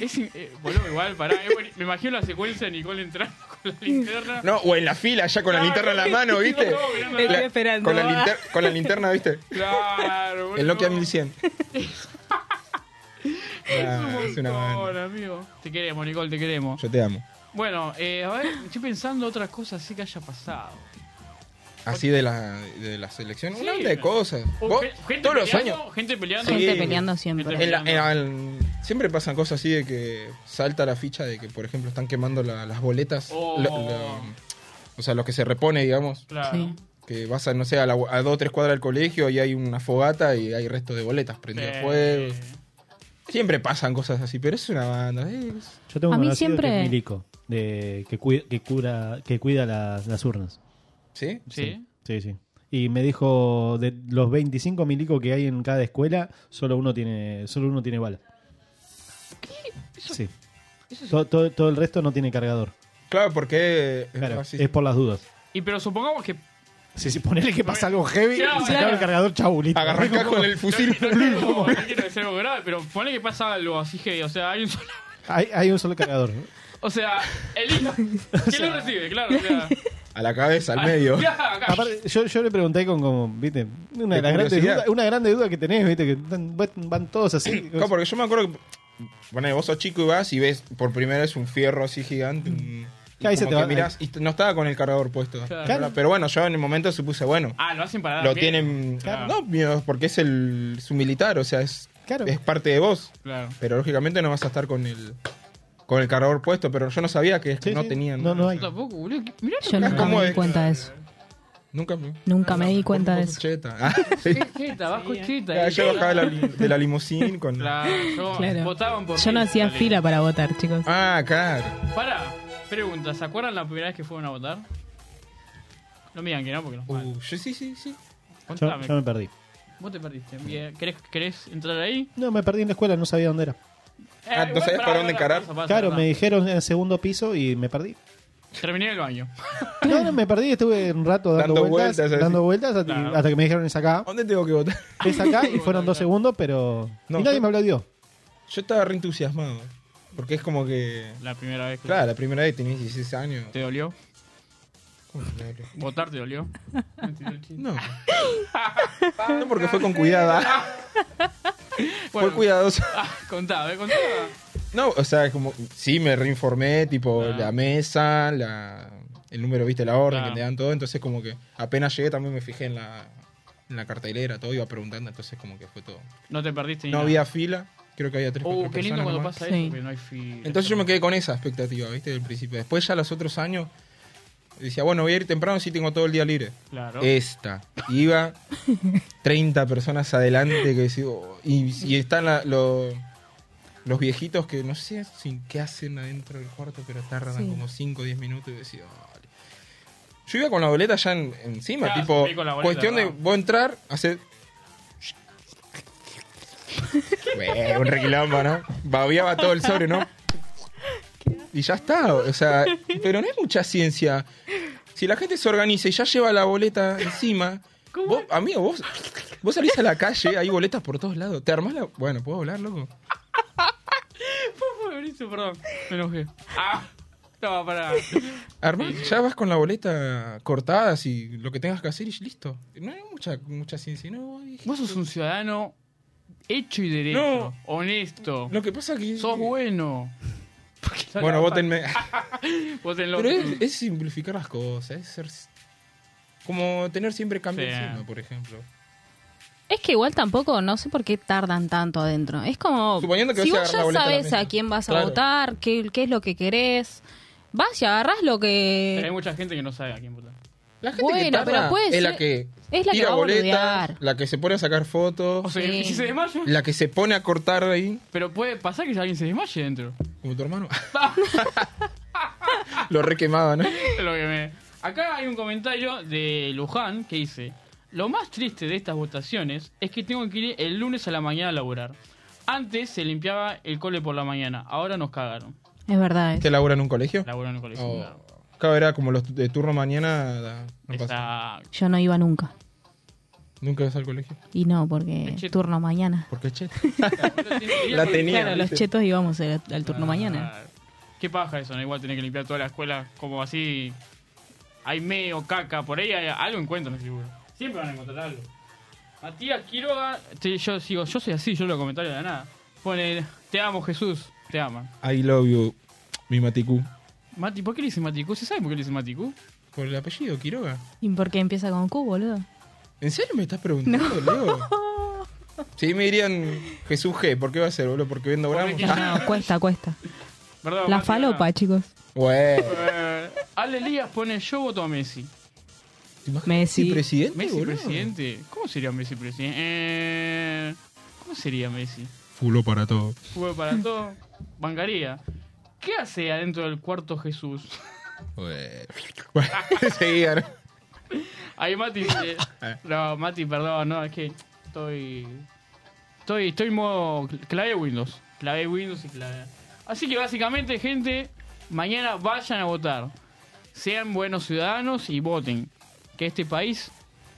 Speaker 4: Es, in- eh, boludo, igual, pará. es bueni- me imagino la secuencia de Nicole entrando con la linterna.
Speaker 5: No, o en la fila, ya con la
Speaker 4: No,
Speaker 5: linterna en la
Speaker 4: no,
Speaker 5: mano,
Speaker 4: no,
Speaker 5: ¿viste?
Speaker 4: no, ¿ah? mirando
Speaker 5: La-
Speaker 4: la-
Speaker 6: esperando.
Speaker 5: con, la linter- con la linterna, ¿viste?
Speaker 4: Claro, boludo.
Speaker 5: El Nokia 1100.
Speaker 4: Es un
Speaker 5: Ah, es una
Speaker 4: montón,
Speaker 5: banda.
Speaker 4: amigo. Te queremos, Nicole, te queremos.
Speaker 5: Yo te amo.
Speaker 4: Bueno, eh, a ver, estoy pensando otra cosa así que haya pasado.
Speaker 5: Así de la, de la selección.
Speaker 4: Sí.
Speaker 5: Una onda de cosas.
Speaker 4: O
Speaker 5: Vos,
Speaker 4: gen- gente
Speaker 5: todos los
Speaker 4: peleando,
Speaker 5: años.
Speaker 4: Gente peleando.
Speaker 5: Sí.
Speaker 6: Gente peleando siempre.
Speaker 4: Gente
Speaker 5: En la- en la- siempre pasan cosas así de que salta la ficha de que, por ejemplo, están quemando la- las boletas.
Speaker 4: Oh.
Speaker 5: Lo- lo- o sea, lo que se repone, digamos.
Speaker 4: Claro.
Speaker 6: Sí.
Speaker 5: Que vas a, no sé, a, la- a dos o tres cuadras del colegio y hay una fogata y hay restos de boletas prendidas
Speaker 4: Eh,
Speaker 5: a fuego. Siempre pasan cosas así, pero es una banda. es-
Speaker 7: Yo tengo
Speaker 6: A
Speaker 7: un
Speaker 6: mí
Speaker 7: conocido
Speaker 6: siempre-
Speaker 7: que es milico, de, que, cuida, que, cura, que cuida las, las urnas.
Speaker 5: ¿Sí?
Speaker 4: ¿Sí?
Speaker 7: Sí, sí. Y me dijo, de los 25 milicos que hay en cada escuela, solo uno tiene, solo uno tiene bala. Sí. Todo, todo- todo el resto no tiene cargador.
Speaker 5: Claro, porque.
Speaker 7: Claro,
Speaker 5: así-
Speaker 7: es por las dudas.
Speaker 4: Y pero supongamos que
Speaker 7: Sí, sí, ponele que pasa algo heavy
Speaker 4: Claro,
Speaker 7: y se acaba
Speaker 4: claro.
Speaker 7: el cargador, chabulito.
Speaker 5: Agarrá acá con el fusil.
Speaker 4: No, no, no, no quiero decir algo grave, pero pone que pasa algo así que, o sea, hay un solo.
Speaker 7: Hay, hay un solo cargador.
Speaker 4: O sea, el hilo. ¿Quién lo recibe? Claro, o sea.
Speaker 5: a la cabeza, al medio.
Speaker 4: Ya, acá.
Speaker 7: Aparte, yo, yo le pregunté con como, viste, una
Speaker 5: De
Speaker 7: de las grandes
Speaker 5: curiosidad.
Speaker 7: dudas, una grande duda que tenés, viste, que van, van todos así.
Speaker 5: Claro, porque yo me acuerdo que. Bueno, vos sos chico y vas y ves por primera vez un fierro así gigante. un- y
Speaker 7: Mm. Ahí se
Speaker 5: como que
Speaker 7: te va-
Speaker 5: mirás, y no estaba con el cargador puesto.
Speaker 4: Claro.
Speaker 5: Pero bueno, yo en el momento supuse, bueno,
Speaker 4: Ah, lo hacen para dar
Speaker 5: lo
Speaker 4: miedo.
Speaker 5: tienen.
Speaker 4: Claro.
Speaker 5: No, miedo, porque es el su militar, o sea, es,
Speaker 7: Claro.
Speaker 5: es parte de vos.
Speaker 4: Claro.
Speaker 5: Pero lógicamente no vas a estar con el con el cargador puesto, pero yo no sabía que, es que
Speaker 7: Sí,
Speaker 5: no
Speaker 7: sí.
Speaker 5: tenían.
Speaker 7: No, no hay.
Speaker 4: Tampoco, boludo. que- Mirá
Speaker 6: Yo
Speaker 4: lo que-
Speaker 6: nunca
Speaker 5: ¿Cómo
Speaker 6: me di
Speaker 5: es?
Speaker 6: cuenta de eso.
Speaker 5: Nunca me.
Speaker 6: Nunca me di cuenta de
Speaker 5: Vos sos
Speaker 6: eso.
Speaker 5: cheta. Ah, sí.
Speaker 4: Qué Cheta, bajo cheta.
Speaker 5: Claro,
Speaker 4: eh.
Speaker 5: Ah, Yo bajaba de la, li- de la limusín con.
Speaker 4: Claro, yo-
Speaker 6: Claro.
Speaker 4: votaban por
Speaker 6: Yo no
Speaker 4: mí,
Speaker 6: hacía
Speaker 4: dale.
Speaker 6: fila para votar, chicos.
Speaker 5: Ah, claro.
Speaker 4: Pará, pregunta, ¿se acuerdan la primera vez que fueron a votar? No me digan que no, porque no.
Speaker 5: Uh, yo sí, sí, sí.
Speaker 7: Yo,
Speaker 4: Contame,
Speaker 7: yo me perdí.
Speaker 4: vos te perdiste. Bien, ¿Querés, ¿Querés entrar ahí?
Speaker 7: No, me perdí en la escuela, no sabía dónde era.
Speaker 5: Ah, ¿no
Speaker 4: igual,
Speaker 5: sabés
Speaker 4: pará,
Speaker 5: para dónde
Speaker 4: pará,
Speaker 5: encarar?
Speaker 4: pasa, pasa,
Speaker 7: Claro,
Speaker 4: pará.
Speaker 7: me dijeron en el segundo piso y me perdí.
Speaker 4: Terminé en el baño.
Speaker 7: No, no, me perdí, estuve un rato dando,
Speaker 5: Dando
Speaker 7: vueltas,
Speaker 5: vueltas, así.
Speaker 7: dando vueltas hasta,
Speaker 4: Claro.
Speaker 7: hasta que me dijeron es acá,
Speaker 5: ¿Dónde tengo que votar?
Speaker 7: es acá y fueron dos segundos, pero
Speaker 5: No,
Speaker 7: y nadie
Speaker 5: yo-
Speaker 7: me aplaudió.
Speaker 5: Yo estaba re entusiasmado. Porque es como que.
Speaker 4: La primera vez que
Speaker 5: Claro, la primera vez tenía 16 años.
Speaker 4: te dolió.
Speaker 5: ¿Cómo que me dolió?
Speaker 4: Votar te dolió.
Speaker 5: No. No, porque fue con cuidado. Fue
Speaker 4: Bueno.
Speaker 5: cuidadoso.
Speaker 4: Ah, contá, eh, contá.
Speaker 5: No, o sea, como. Sí, me reinformé, tipo,
Speaker 4: Ah.
Speaker 5: la mesa, la, el número, viste, la orden
Speaker 4: Claro.
Speaker 5: que te dan todo. Entonces, como que apenas llegué, también me fijé en la, en la cartelera, todo, iba preguntando. Entonces, como que fue todo.
Speaker 4: No te perdiste ni
Speaker 5: No
Speaker 4: nada.
Speaker 5: había fila, creo que había tres
Speaker 4: Uh,
Speaker 5: cuatro
Speaker 4: qué lindo
Speaker 5: personas
Speaker 4: cuando
Speaker 5: nomás.
Speaker 4: pasa
Speaker 6: Sí.
Speaker 4: eso, que no hay fila.
Speaker 5: Entonces yo me quedé con esa expectativa, ¿viste? Del principio. Después ya los otros años decía, bueno, voy a ir temprano si tengo todo el día libre.
Speaker 4: Claro.
Speaker 5: Esta. Iba 30 personas adelante que decía, oh, y, y están la- lo- los viejitos que no sé si- qué hacen adentro del cuarto, pero tardan
Speaker 6: Sí.
Speaker 5: como 5 o 10 minutos y decía, "Oh, vale". Yo iba con la boleta ya en- encima,
Speaker 4: Claro,
Speaker 5: tipo,
Speaker 4: sí, con la boleta,
Speaker 5: cuestión de
Speaker 4: ¿no?
Speaker 5: vos entrar, hacer... Bueno, un requilombo, ¿no? Babiaba todo el sobre, ¿no? Y ya está, o sea, pero no hay mucha ciencia. Si la gente se organiza y ya lleva la boleta encima, vos, amigo, vos, vos salís a la calle, hay boletas por todos lados. ¿Te armás la.? Bueno, ¿puedo hablar, loco?
Speaker 4: Fabricio, perdón. Me enojé. Ah, no, pará.
Speaker 5: Armás, ya vas con la boleta cortada, si lo que tengas que hacer y listo. No hay mucha, mucha ciencia, no. hay-
Speaker 4: Vos sos un ciudadano hecho y derecho,
Speaker 5: No.
Speaker 4: honesto.
Speaker 5: Lo que pasa que.
Speaker 4: Sos bueno. ¿Por qué no
Speaker 5: Bueno,
Speaker 4: la-
Speaker 5: votenme.
Speaker 4: Votenlo.
Speaker 5: Pero es, es simplificar las cosas, es ser. Como tener siempre cambio
Speaker 4: Sí.
Speaker 5: encima, por ejemplo.
Speaker 6: Es que igual tampoco, no sé por qué tardan tanto adentro. Es como,
Speaker 5: Suponiendo que
Speaker 6: si
Speaker 5: vas a
Speaker 6: vos
Speaker 5: agarrar la
Speaker 6: ya
Speaker 5: boleta a la
Speaker 6: sabes
Speaker 5: mesa.
Speaker 6: a quién vas a
Speaker 4: Claro.
Speaker 6: votar, qué, qué es lo que querés, vas y agarrás lo
Speaker 4: Pero hay
Speaker 6: que...
Speaker 4: mucha gente que no sabe a quién votar.
Speaker 5: La gente que
Speaker 6: Bueno,
Speaker 5: tarda
Speaker 6: pero puede
Speaker 5: es
Speaker 6: ser-
Speaker 5: la que
Speaker 6: es la que
Speaker 5: tira
Speaker 6: va a
Speaker 5: boletas,
Speaker 6: boludear.
Speaker 5: la que se pone a sacar fotos,
Speaker 4: O sea,
Speaker 6: Sí.
Speaker 4: si se desmaya,
Speaker 5: la que se pone a cortar ahí,
Speaker 4: pero puede pasar que alguien se desmaye dentro.
Speaker 5: como tu hermano. Lo re quemaba, ¿no?
Speaker 4: Lo que me- Acá hay un comentario de Luján que dice: Lo más triste de estas votaciones es que tengo que ir el lunes a la mañana a laburar. Antes se limpiaba el cole por la mañana, ahora nos cagaron.
Speaker 6: Es verdad. eh.
Speaker 5: ¿Que labura en un colegio?
Speaker 4: Laburó en el colegio.
Speaker 5: Oh.
Speaker 4: No.
Speaker 5: Claro, era como los de turno mañana. da- No pasa.
Speaker 4: Esa-
Speaker 6: Yo no iba nunca.
Speaker 5: Nunca vas al colegio.
Speaker 6: Y no, porque
Speaker 4: Cheto.
Speaker 6: turno mañana.
Speaker 5: ¿Por qué, che?
Speaker 4: La
Speaker 5: tenía.
Speaker 6: Claro, los chetos íbamos al, al
Speaker 4: Ah.
Speaker 6: turno mañana.
Speaker 4: Qué paja eso, ¿no? Igual tenés que limpiar toda la escuela como así. Hay meo, caca, por ahí hay- algo encuentran seguro. Siempre van a encontrar algo. Matías Quiroga, te- yo sigo, yo soy así, yo lo comentario de la nada. Pone, te amo Jesús, te aman.
Speaker 5: I love you, mi Maticú.
Speaker 4: Mati, ¿por qué le dicen Maticú? ¿Se sabe por qué le dicen Maticú?
Speaker 5: ¿Por el apellido, Quiroga?
Speaker 6: ¿Y por qué empieza con Q, boludo?
Speaker 5: ¿En serio me estás preguntando, Leo? Sí, me dirían Jesús G. ¿Por qué va a ser, boludo? ¿Porque vendo
Speaker 4: Porque
Speaker 5: gramos?
Speaker 4: tiene-
Speaker 5: Ah,
Speaker 6: No, cuesta, cuesta.
Speaker 4: Perdón,
Speaker 6: La
Speaker 4: Mati,
Speaker 6: falopa,
Speaker 4: no.
Speaker 6: chicos.
Speaker 5: güey.
Speaker 4: Eh, Ale Elías pone, yo voto a Messi.
Speaker 5: ¿Te imaginas
Speaker 6: Messi.
Speaker 5: Messi presidente,
Speaker 4: ¿Messi
Speaker 5: boludo?
Speaker 4: presidente? ¿Cómo sería Messi presidente? Eh, ¿Cómo sería Messi?
Speaker 5: Fulo para todo.
Speaker 4: Fútbol para todo. Bancaría. ¿Qué hace adentro del cuarto Jesús?
Speaker 5: Güey. Bueno, seguía, ¿no?
Speaker 4: Ahí Mati dice- No, Mati, perdón, no, es que estoy. Estoy, estoy en modo cl- clave Windows. Clave Windows y clave. Así que básicamente, gente, mañana vayan a votar. Sean buenos ciudadanos y voten. Que este país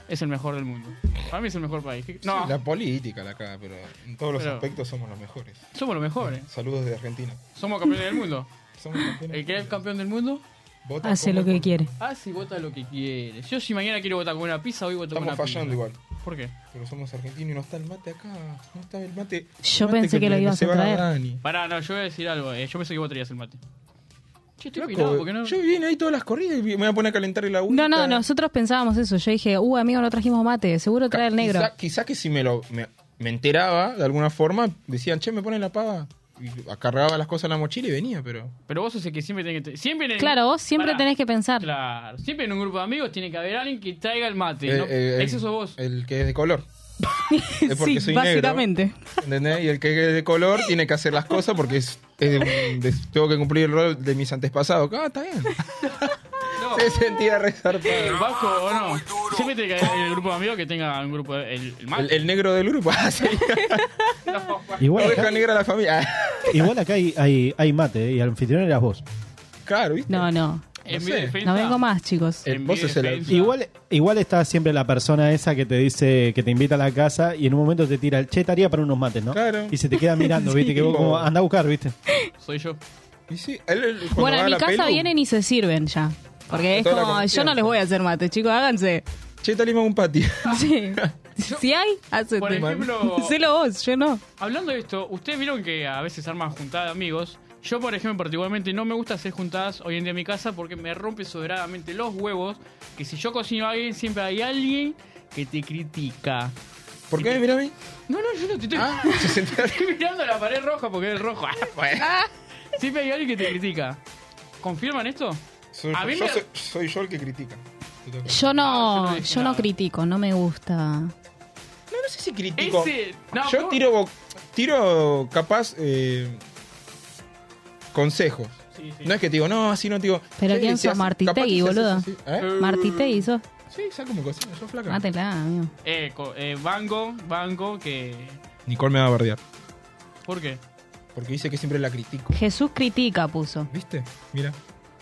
Speaker 4: es el mejor del mundo. Para mí es el mejor país. No,
Speaker 5: La política, la cara, pero en todos los
Speaker 4: Pero-
Speaker 5: aspectos somos los mejores.
Speaker 4: somos los mejores.
Speaker 5: Saludos de Argentina.
Speaker 4: Somos campeones del mundo.
Speaker 5: Somos campeones.
Speaker 4: El que es campeón del mundo
Speaker 5: Vota
Speaker 6: Hace
Speaker 5: como-
Speaker 6: lo que quiere.
Speaker 4: hace y Ah, vota lo que quiere. Yo si mañana quiero votar con una pizza, hoy voto con una
Speaker 5: Estamos fallando
Speaker 4: pizza.
Speaker 5: igual.
Speaker 4: ¿Por qué?
Speaker 5: Pero somos argentinos y no está el mate acá. No está el mate.
Speaker 6: Yo
Speaker 5: Mate
Speaker 6: pensé que lo
Speaker 5: me-
Speaker 6: ibas
Speaker 5: se
Speaker 6: a
Speaker 5: va
Speaker 6: traer.
Speaker 5: Dani.
Speaker 4: Pará, no, yo voy a decir algo. eh, yo pensé que vos traías el mate. Che, estoy
Speaker 5: Loco,
Speaker 4: pirado, porque no?
Speaker 5: Yo vine ahí todas las corridas y me voy a poner a calentar el agua.
Speaker 6: No, no, nosotros pensábamos eso. Yo dije, uh, amigo, no trajimos mate. Seguro trae el negro.
Speaker 5: Quizá, quizá que si me lo me, me enteraba de alguna forma, decían, che, me ponen la pava. Y cargaba las cosas en la mochila y venía, pero.
Speaker 4: Pero vos sos el que siempre tenés que... te- Siempre en el-
Speaker 6: Claro, vos siempre
Speaker 4: Pará.
Speaker 6: tenés que pensar.
Speaker 4: Claro, siempre en un grupo de amigos tiene que haber alguien que traiga el mate.
Speaker 5: Eh,
Speaker 4: ¿no?
Speaker 5: eh,
Speaker 4: Ese
Speaker 5: el-
Speaker 4: sos vos.
Speaker 5: El que es de color. Es porque
Speaker 6: sí,
Speaker 5: soy negro.
Speaker 6: básicamente.
Speaker 5: ¿Entendés? Y el que es de color tiene que hacer las cosas porque es, es de un- de- tengo que cumplir el rol de mis antepasados. Ah, está bien.
Speaker 4: No.
Speaker 5: Se sentía resarpado.
Speaker 4: Eh, Bajo o no. Siempre tiene que haber el grupo de amigos que tenga un grupo... de- El, el
Speaker 5: El,
Speaker 4: mate.
Speaker 5: el negro del grupo. Ah, sí.
Speaker 7: Igual
Speaker 5: No deja
Speaker 7: acá,
Speaker 5: negra a la familia. Ah,
Speaker 7: igual acá hay, hay, hay mate eh, y el anfitrión eras vos.
Speaker 5: Claro, ¿viste?
Speaker 4: Eh,
Speaker 6: No, no.
Speaker 4: En
Speaker 5: no
Speaker 4: mi
Speaker 5: sé.
Speaker 4: defensa-
Speaker 6: No vengo más, chicos.
Speaker 5: Eh,
Speaker 4: en
Speaker 5: vos
Speaker 4: mi
Speaker 5: sos el-
Speaker 4: defensa-
Speaker 7: Igual, igual está siempre la persona esa que te dice, que te invita a la casa y en un momento te tira el che, estaría para unos mates, ¿no?
Speaker 5: Claro.
Speaker 7: Y se te queda mirando, viste, que vos como anda a buscar, viste.
Speaker 4: Soy yo.
Speaker 5: Y sí, él, él, cuando
Speaker 6: Bueno, en
Speaker 5: va a
Speaker 6: mi
Speaker 5: la
Speaker 6: casa
Speaker 5: pelu,
Speaker 6: vienen y se sirven ya. Porque
Speaker 5: Ah,
Speaker 6: es
Speaker 5: toda la
Speaker 6: como, yo
Speaker 5: confianza.
Speaker 6: no les voy a hacer mate, chicos, háganse.
Speaker 5: Che, talima un patio.
Speaker 6: Sí. Si hay, hacete.
Speaker 4: Por ejemplo...
Speaker 6: Hacelo vos, yo no.
Speaker 4: Hablando de esto, ustedes vieron que a veces arman juntadas de amigos. Yo, por ejemplo, particularmente no me gusta hacer juntadas hoy en día en mi casa porque me rompe soberanamente los huevos. Que si yo cocino a alguien, siempre hay alguien que te critica.
Speaker 5: ¿Por qué me mira a mí?
Speaker 4: No, no, yo no te estoy,
Speaker 5: Ah, se sentía
Speaker 4: estoy mirando la pared roja porque es rojo. Ah. siempre hay alguien que te critica. ¿Confirman esto?
Speaker 5: Soy,
Speaker 4: A
Speaker 5: yo,
Speaker 4: mí
Speaker 5: yo
Speaker 4: me-
Speaker 5: soy, soy yo el que critica. No, no
Speaker 6: Yo no,
Speaker 4: Ah, yo no dije
Speaker 6: yo no
Speaker 4: nada.
Speaker 6: critico, no me gusta.
Speaker 5: sé si critico.
Speaker 4: Ese- no,
Speaker 5: yo
Speaker 4: pero-
Speaker 5: tiro, bo- tiro capaz eh, consejos.
Speaker 4: Sí, sí.
Speaker 5: No es que te digo, no, así no te digo.
Speaker 6: Pero
Speaker 5: "Che,
Speaker 6: ¿quién
Speaker 5: si
Speaker 6: sos,
Speaker 5: haces-
Speaker 6: Martitegui,
Speaker 5: capaz que si haces
Speaker 6: boludo?
Speaker 5: así", ¿eh?
Speaker 6: Martite hizo.
Speaker 5: Sí, saco mi cocina, yo flaca.
Speaker 6: Mátela, amigo.
Speaker 4: Eh, co- eh, Bango, Bango, que...
Speaker 5: Nicole me va a bardear.
Speaker 4: ¿Por qué?
Speaker 5: Porque dice que siempre la critico.
Speaker 6: Jesús critica, puso.
Speaker 5: ¿Viste? Mira.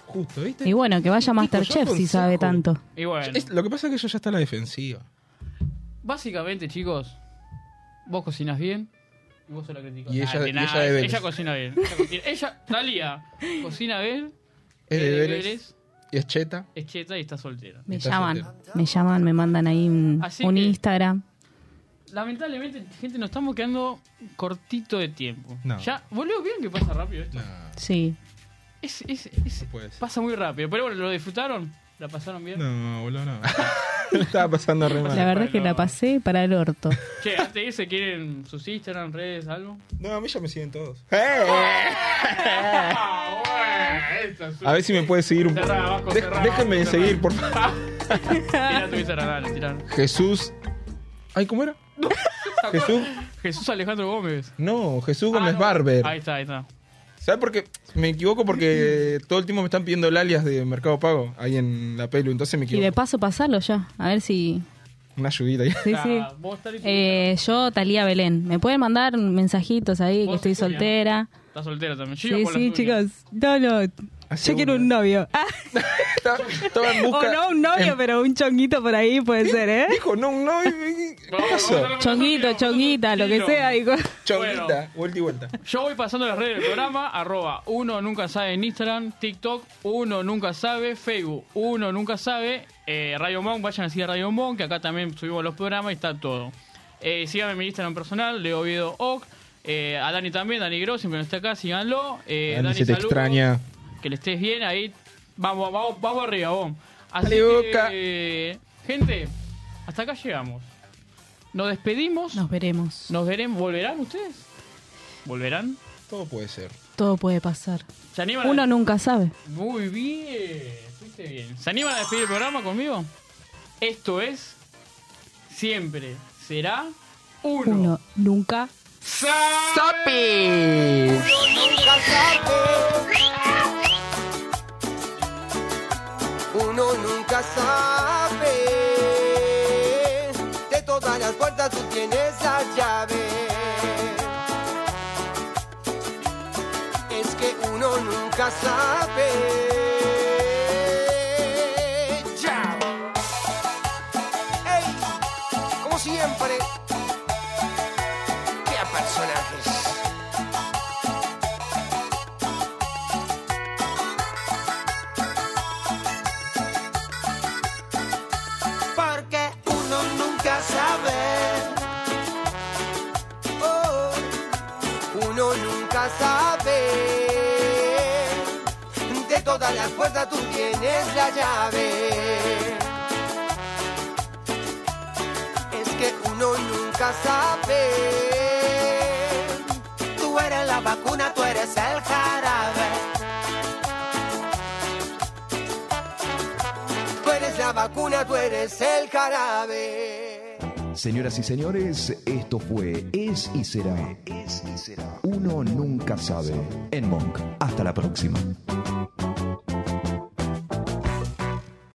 Speaker 5: Justo, ¿viste?
Speaker 6: Y bueno, que vaya
Speaker 5: Critico,
Speaker 6: Masterchef
Speaker 5: yo
Speaker 6: si sabe
Speaker 5: aconsejo.
Speaker 6: tanto.
Speaker 4: Y bueno,
Speaker 5: Es- lo que pasa es que yo ya está a la defensiva.
Speaker 4: básicamente, chicos, vos cocinas bien y vos se la criticás.
Speaker 5: Y ella-
Speaker 4: Nah, que
Speaker 5: y
Speaker 4: nada,
Speaker 5: ella de Vélez.
Speaker 4: ella cocina bien. Ella, cocina- ella, Talía, cocina bien,
Speaker 5: Es de
Speaker 4: eh,
Speaker 5: Vélez, y es cheta.
Speaker 4: es cheta y está soltera.
Speaker 6: Me
Speaker 5: Está
Speaker 6: llaman,
Speaker 5: soltero.
Speaker 6: me llaman, me mandan ahí un,
Speaker 4: Así
Speaker 6: un
Speaker 4: que-
Speaker 6: Instagram.
Speaker 4: Lamentablemente, gente, nos estamos quedando cortito de tiempo.
Speaker 5: No.
Speaker 4: Ya, boludo, ¿vieron que pasa rápido esto?
Speaker 6: Sí.
Speaker 4: Es, es- es-
Speaker 5: puede ser.
Speaker 4: pasa muy rápido. Pero bueno, ¿lo disfrutaron? ¿La pasaron bien?
Speaker 5: No, boludo, no. Estaba pasando re mal.
Speaker 4: La
Speaker 6: La verdad es que
Speaker 4: bueno.
Speaker 6: la pasé para el orto.
Speaker 4: Che, antes de irse, ¿quieren sus Instagram, redes, algo?
Speaker 5: No, a mí ya me siguen todos. A ¡Eh! ver si me puede seguir un
Speaker 4: Cerrá, Vasco,
Speaker 5: Dej-
Speaker 4: cerrá,
Speaker 5: Déjenme de
Speaker 4: Vasco,
Speaker 5: seguir,
Speaker 4: cerrá.
Speaker 5: por favor.
Speaker 4: Tira tu Instagram, dale, tirá.
Speaker 5: Jesús. Ay, ¿cómo era? Jesús.
Speaker 4: Jesús Alejandro Gómez.
Speaker 5: No, Jesús Gómez
Speaker 4: Ah, no.
Speaker 5: Barber.
Speaker 4: Ahí está, ahí está.
Speaker 5: ¿Sabes por qué? Me equivoco porque todo el tiempo me están pidiendo el alias de Mercado Pago ahí en la pelu, entonces me
Speaker 6: Y de
Speaker 5: equivoco.
Speaker 6: paso pasarlo ya, a ver si...
Speaker 5: Una ayudita ahí.
Speaker 6: Sí,
Speaker 4: Ah,
Speaker 6: sí.
Speaker 4: vos estás en tu
Speaker 6: Eh, yo, Talía Belén. ¿Me pueden mandar mensajitos ahí que
Speaker 4: Vos,
Speaker 6: estoy
Speaker 4: Julia.
Speaker 6: soltera?
Speaker 4: Instagram. Estás soltera también. Yo
Speaker 6: Sí,
Speaker 4: con las
Speaker 6: sí,
Speaker 4: tuyas.
Speaker 6: chicos. No, no.
Speaker 5: Hace
Speaker 6: Yo quiero
Speaker 5: una.
Speaker 6: un novio. Ah,
Speaker 5: Estaba, estaba en
Speaker 6: o
Speaker 5: busca.
Speaker 6: Oh, no un novio,
Speaker 5: en-
Speaker 6: pero un chonguito por ahí puede ser, ¿eh?
Speaker 5: Dijo, no, un novio. ¿Qué
Speaker 4: Vamos,
Speaker 5: pasó?
Speaker 4: vamos,
Speaker 6: Chonguito,
Speaker 4: vamos,
Speaker 6: chonguita, lo que
Speaker 4: chonguito.
Speaker 6: sea. digo.
Speaker 5: Chonguita,
Speaker 4: Bueno.
Speaker 5: vuelta y vuelta.
Speaker 4: Yo voy pasando las redes del programa, arroba uno nunca sabe en Instagram, TikTok, uno nunca sabe, Facebook, uno nunca sabe, eh, Radio Monk, vayan a seguir a Radio Monk, que acá también subimos los programas y está todo. Eh, síganme en mi Instagram personal, Leo Oviedo Oc, eh, a Dani también, Dani Gross, que no está acá, síganlo. Eh,
Speaker 5: Dani, se te
Speaker 4: saludos,
Speaker 5: extraña.
Speaker 4: Que le estés bien ahí, vamos, vamos, vamos arriba, vos. Así
Speaker 5: Dale,
Speaker 4: que,
Speaker 5: Boca.
Speaker 4: eh, gente, hasta acá llegamos. Nos despedimos,
Speaker 6: Nos veremos.
Speaker 4: nos veremos, ¿volverán ustedes? ¿Volverán?
Speaker 5: Todo puede ser.
Speaker 6: Todo puede pasar.
Speaker 4: ¿Se animan? a-
Speaker 6: Uno nunca sabe.
Speaker 4: Muy bien, fuiste bien. ¿Se animan a despedir el programa conmigo? Esto es Siempre será uno.
Speaker 6: Uno nunca
Speaker 3: nunca sabe. Uno nunca sabe. De todas las puertas tú tienes la llave. Es que uno nunca sabe. Ya. Ey, como siempre. ¡Qué personajes! porque uno nunca sabe. Oh, uno nunca sabe. De todas las puertas tú tienes la llave. Es que uno nunca sabe. Tú eres la vacuna, tú eres el jarabe. Tú eres la vacuna, tú eres el jarabe.
Speaker 2: Señoras y señores, esto fue Es y Será. Es y será. Uno nunca sabe. En Monk. Hasta la próxima.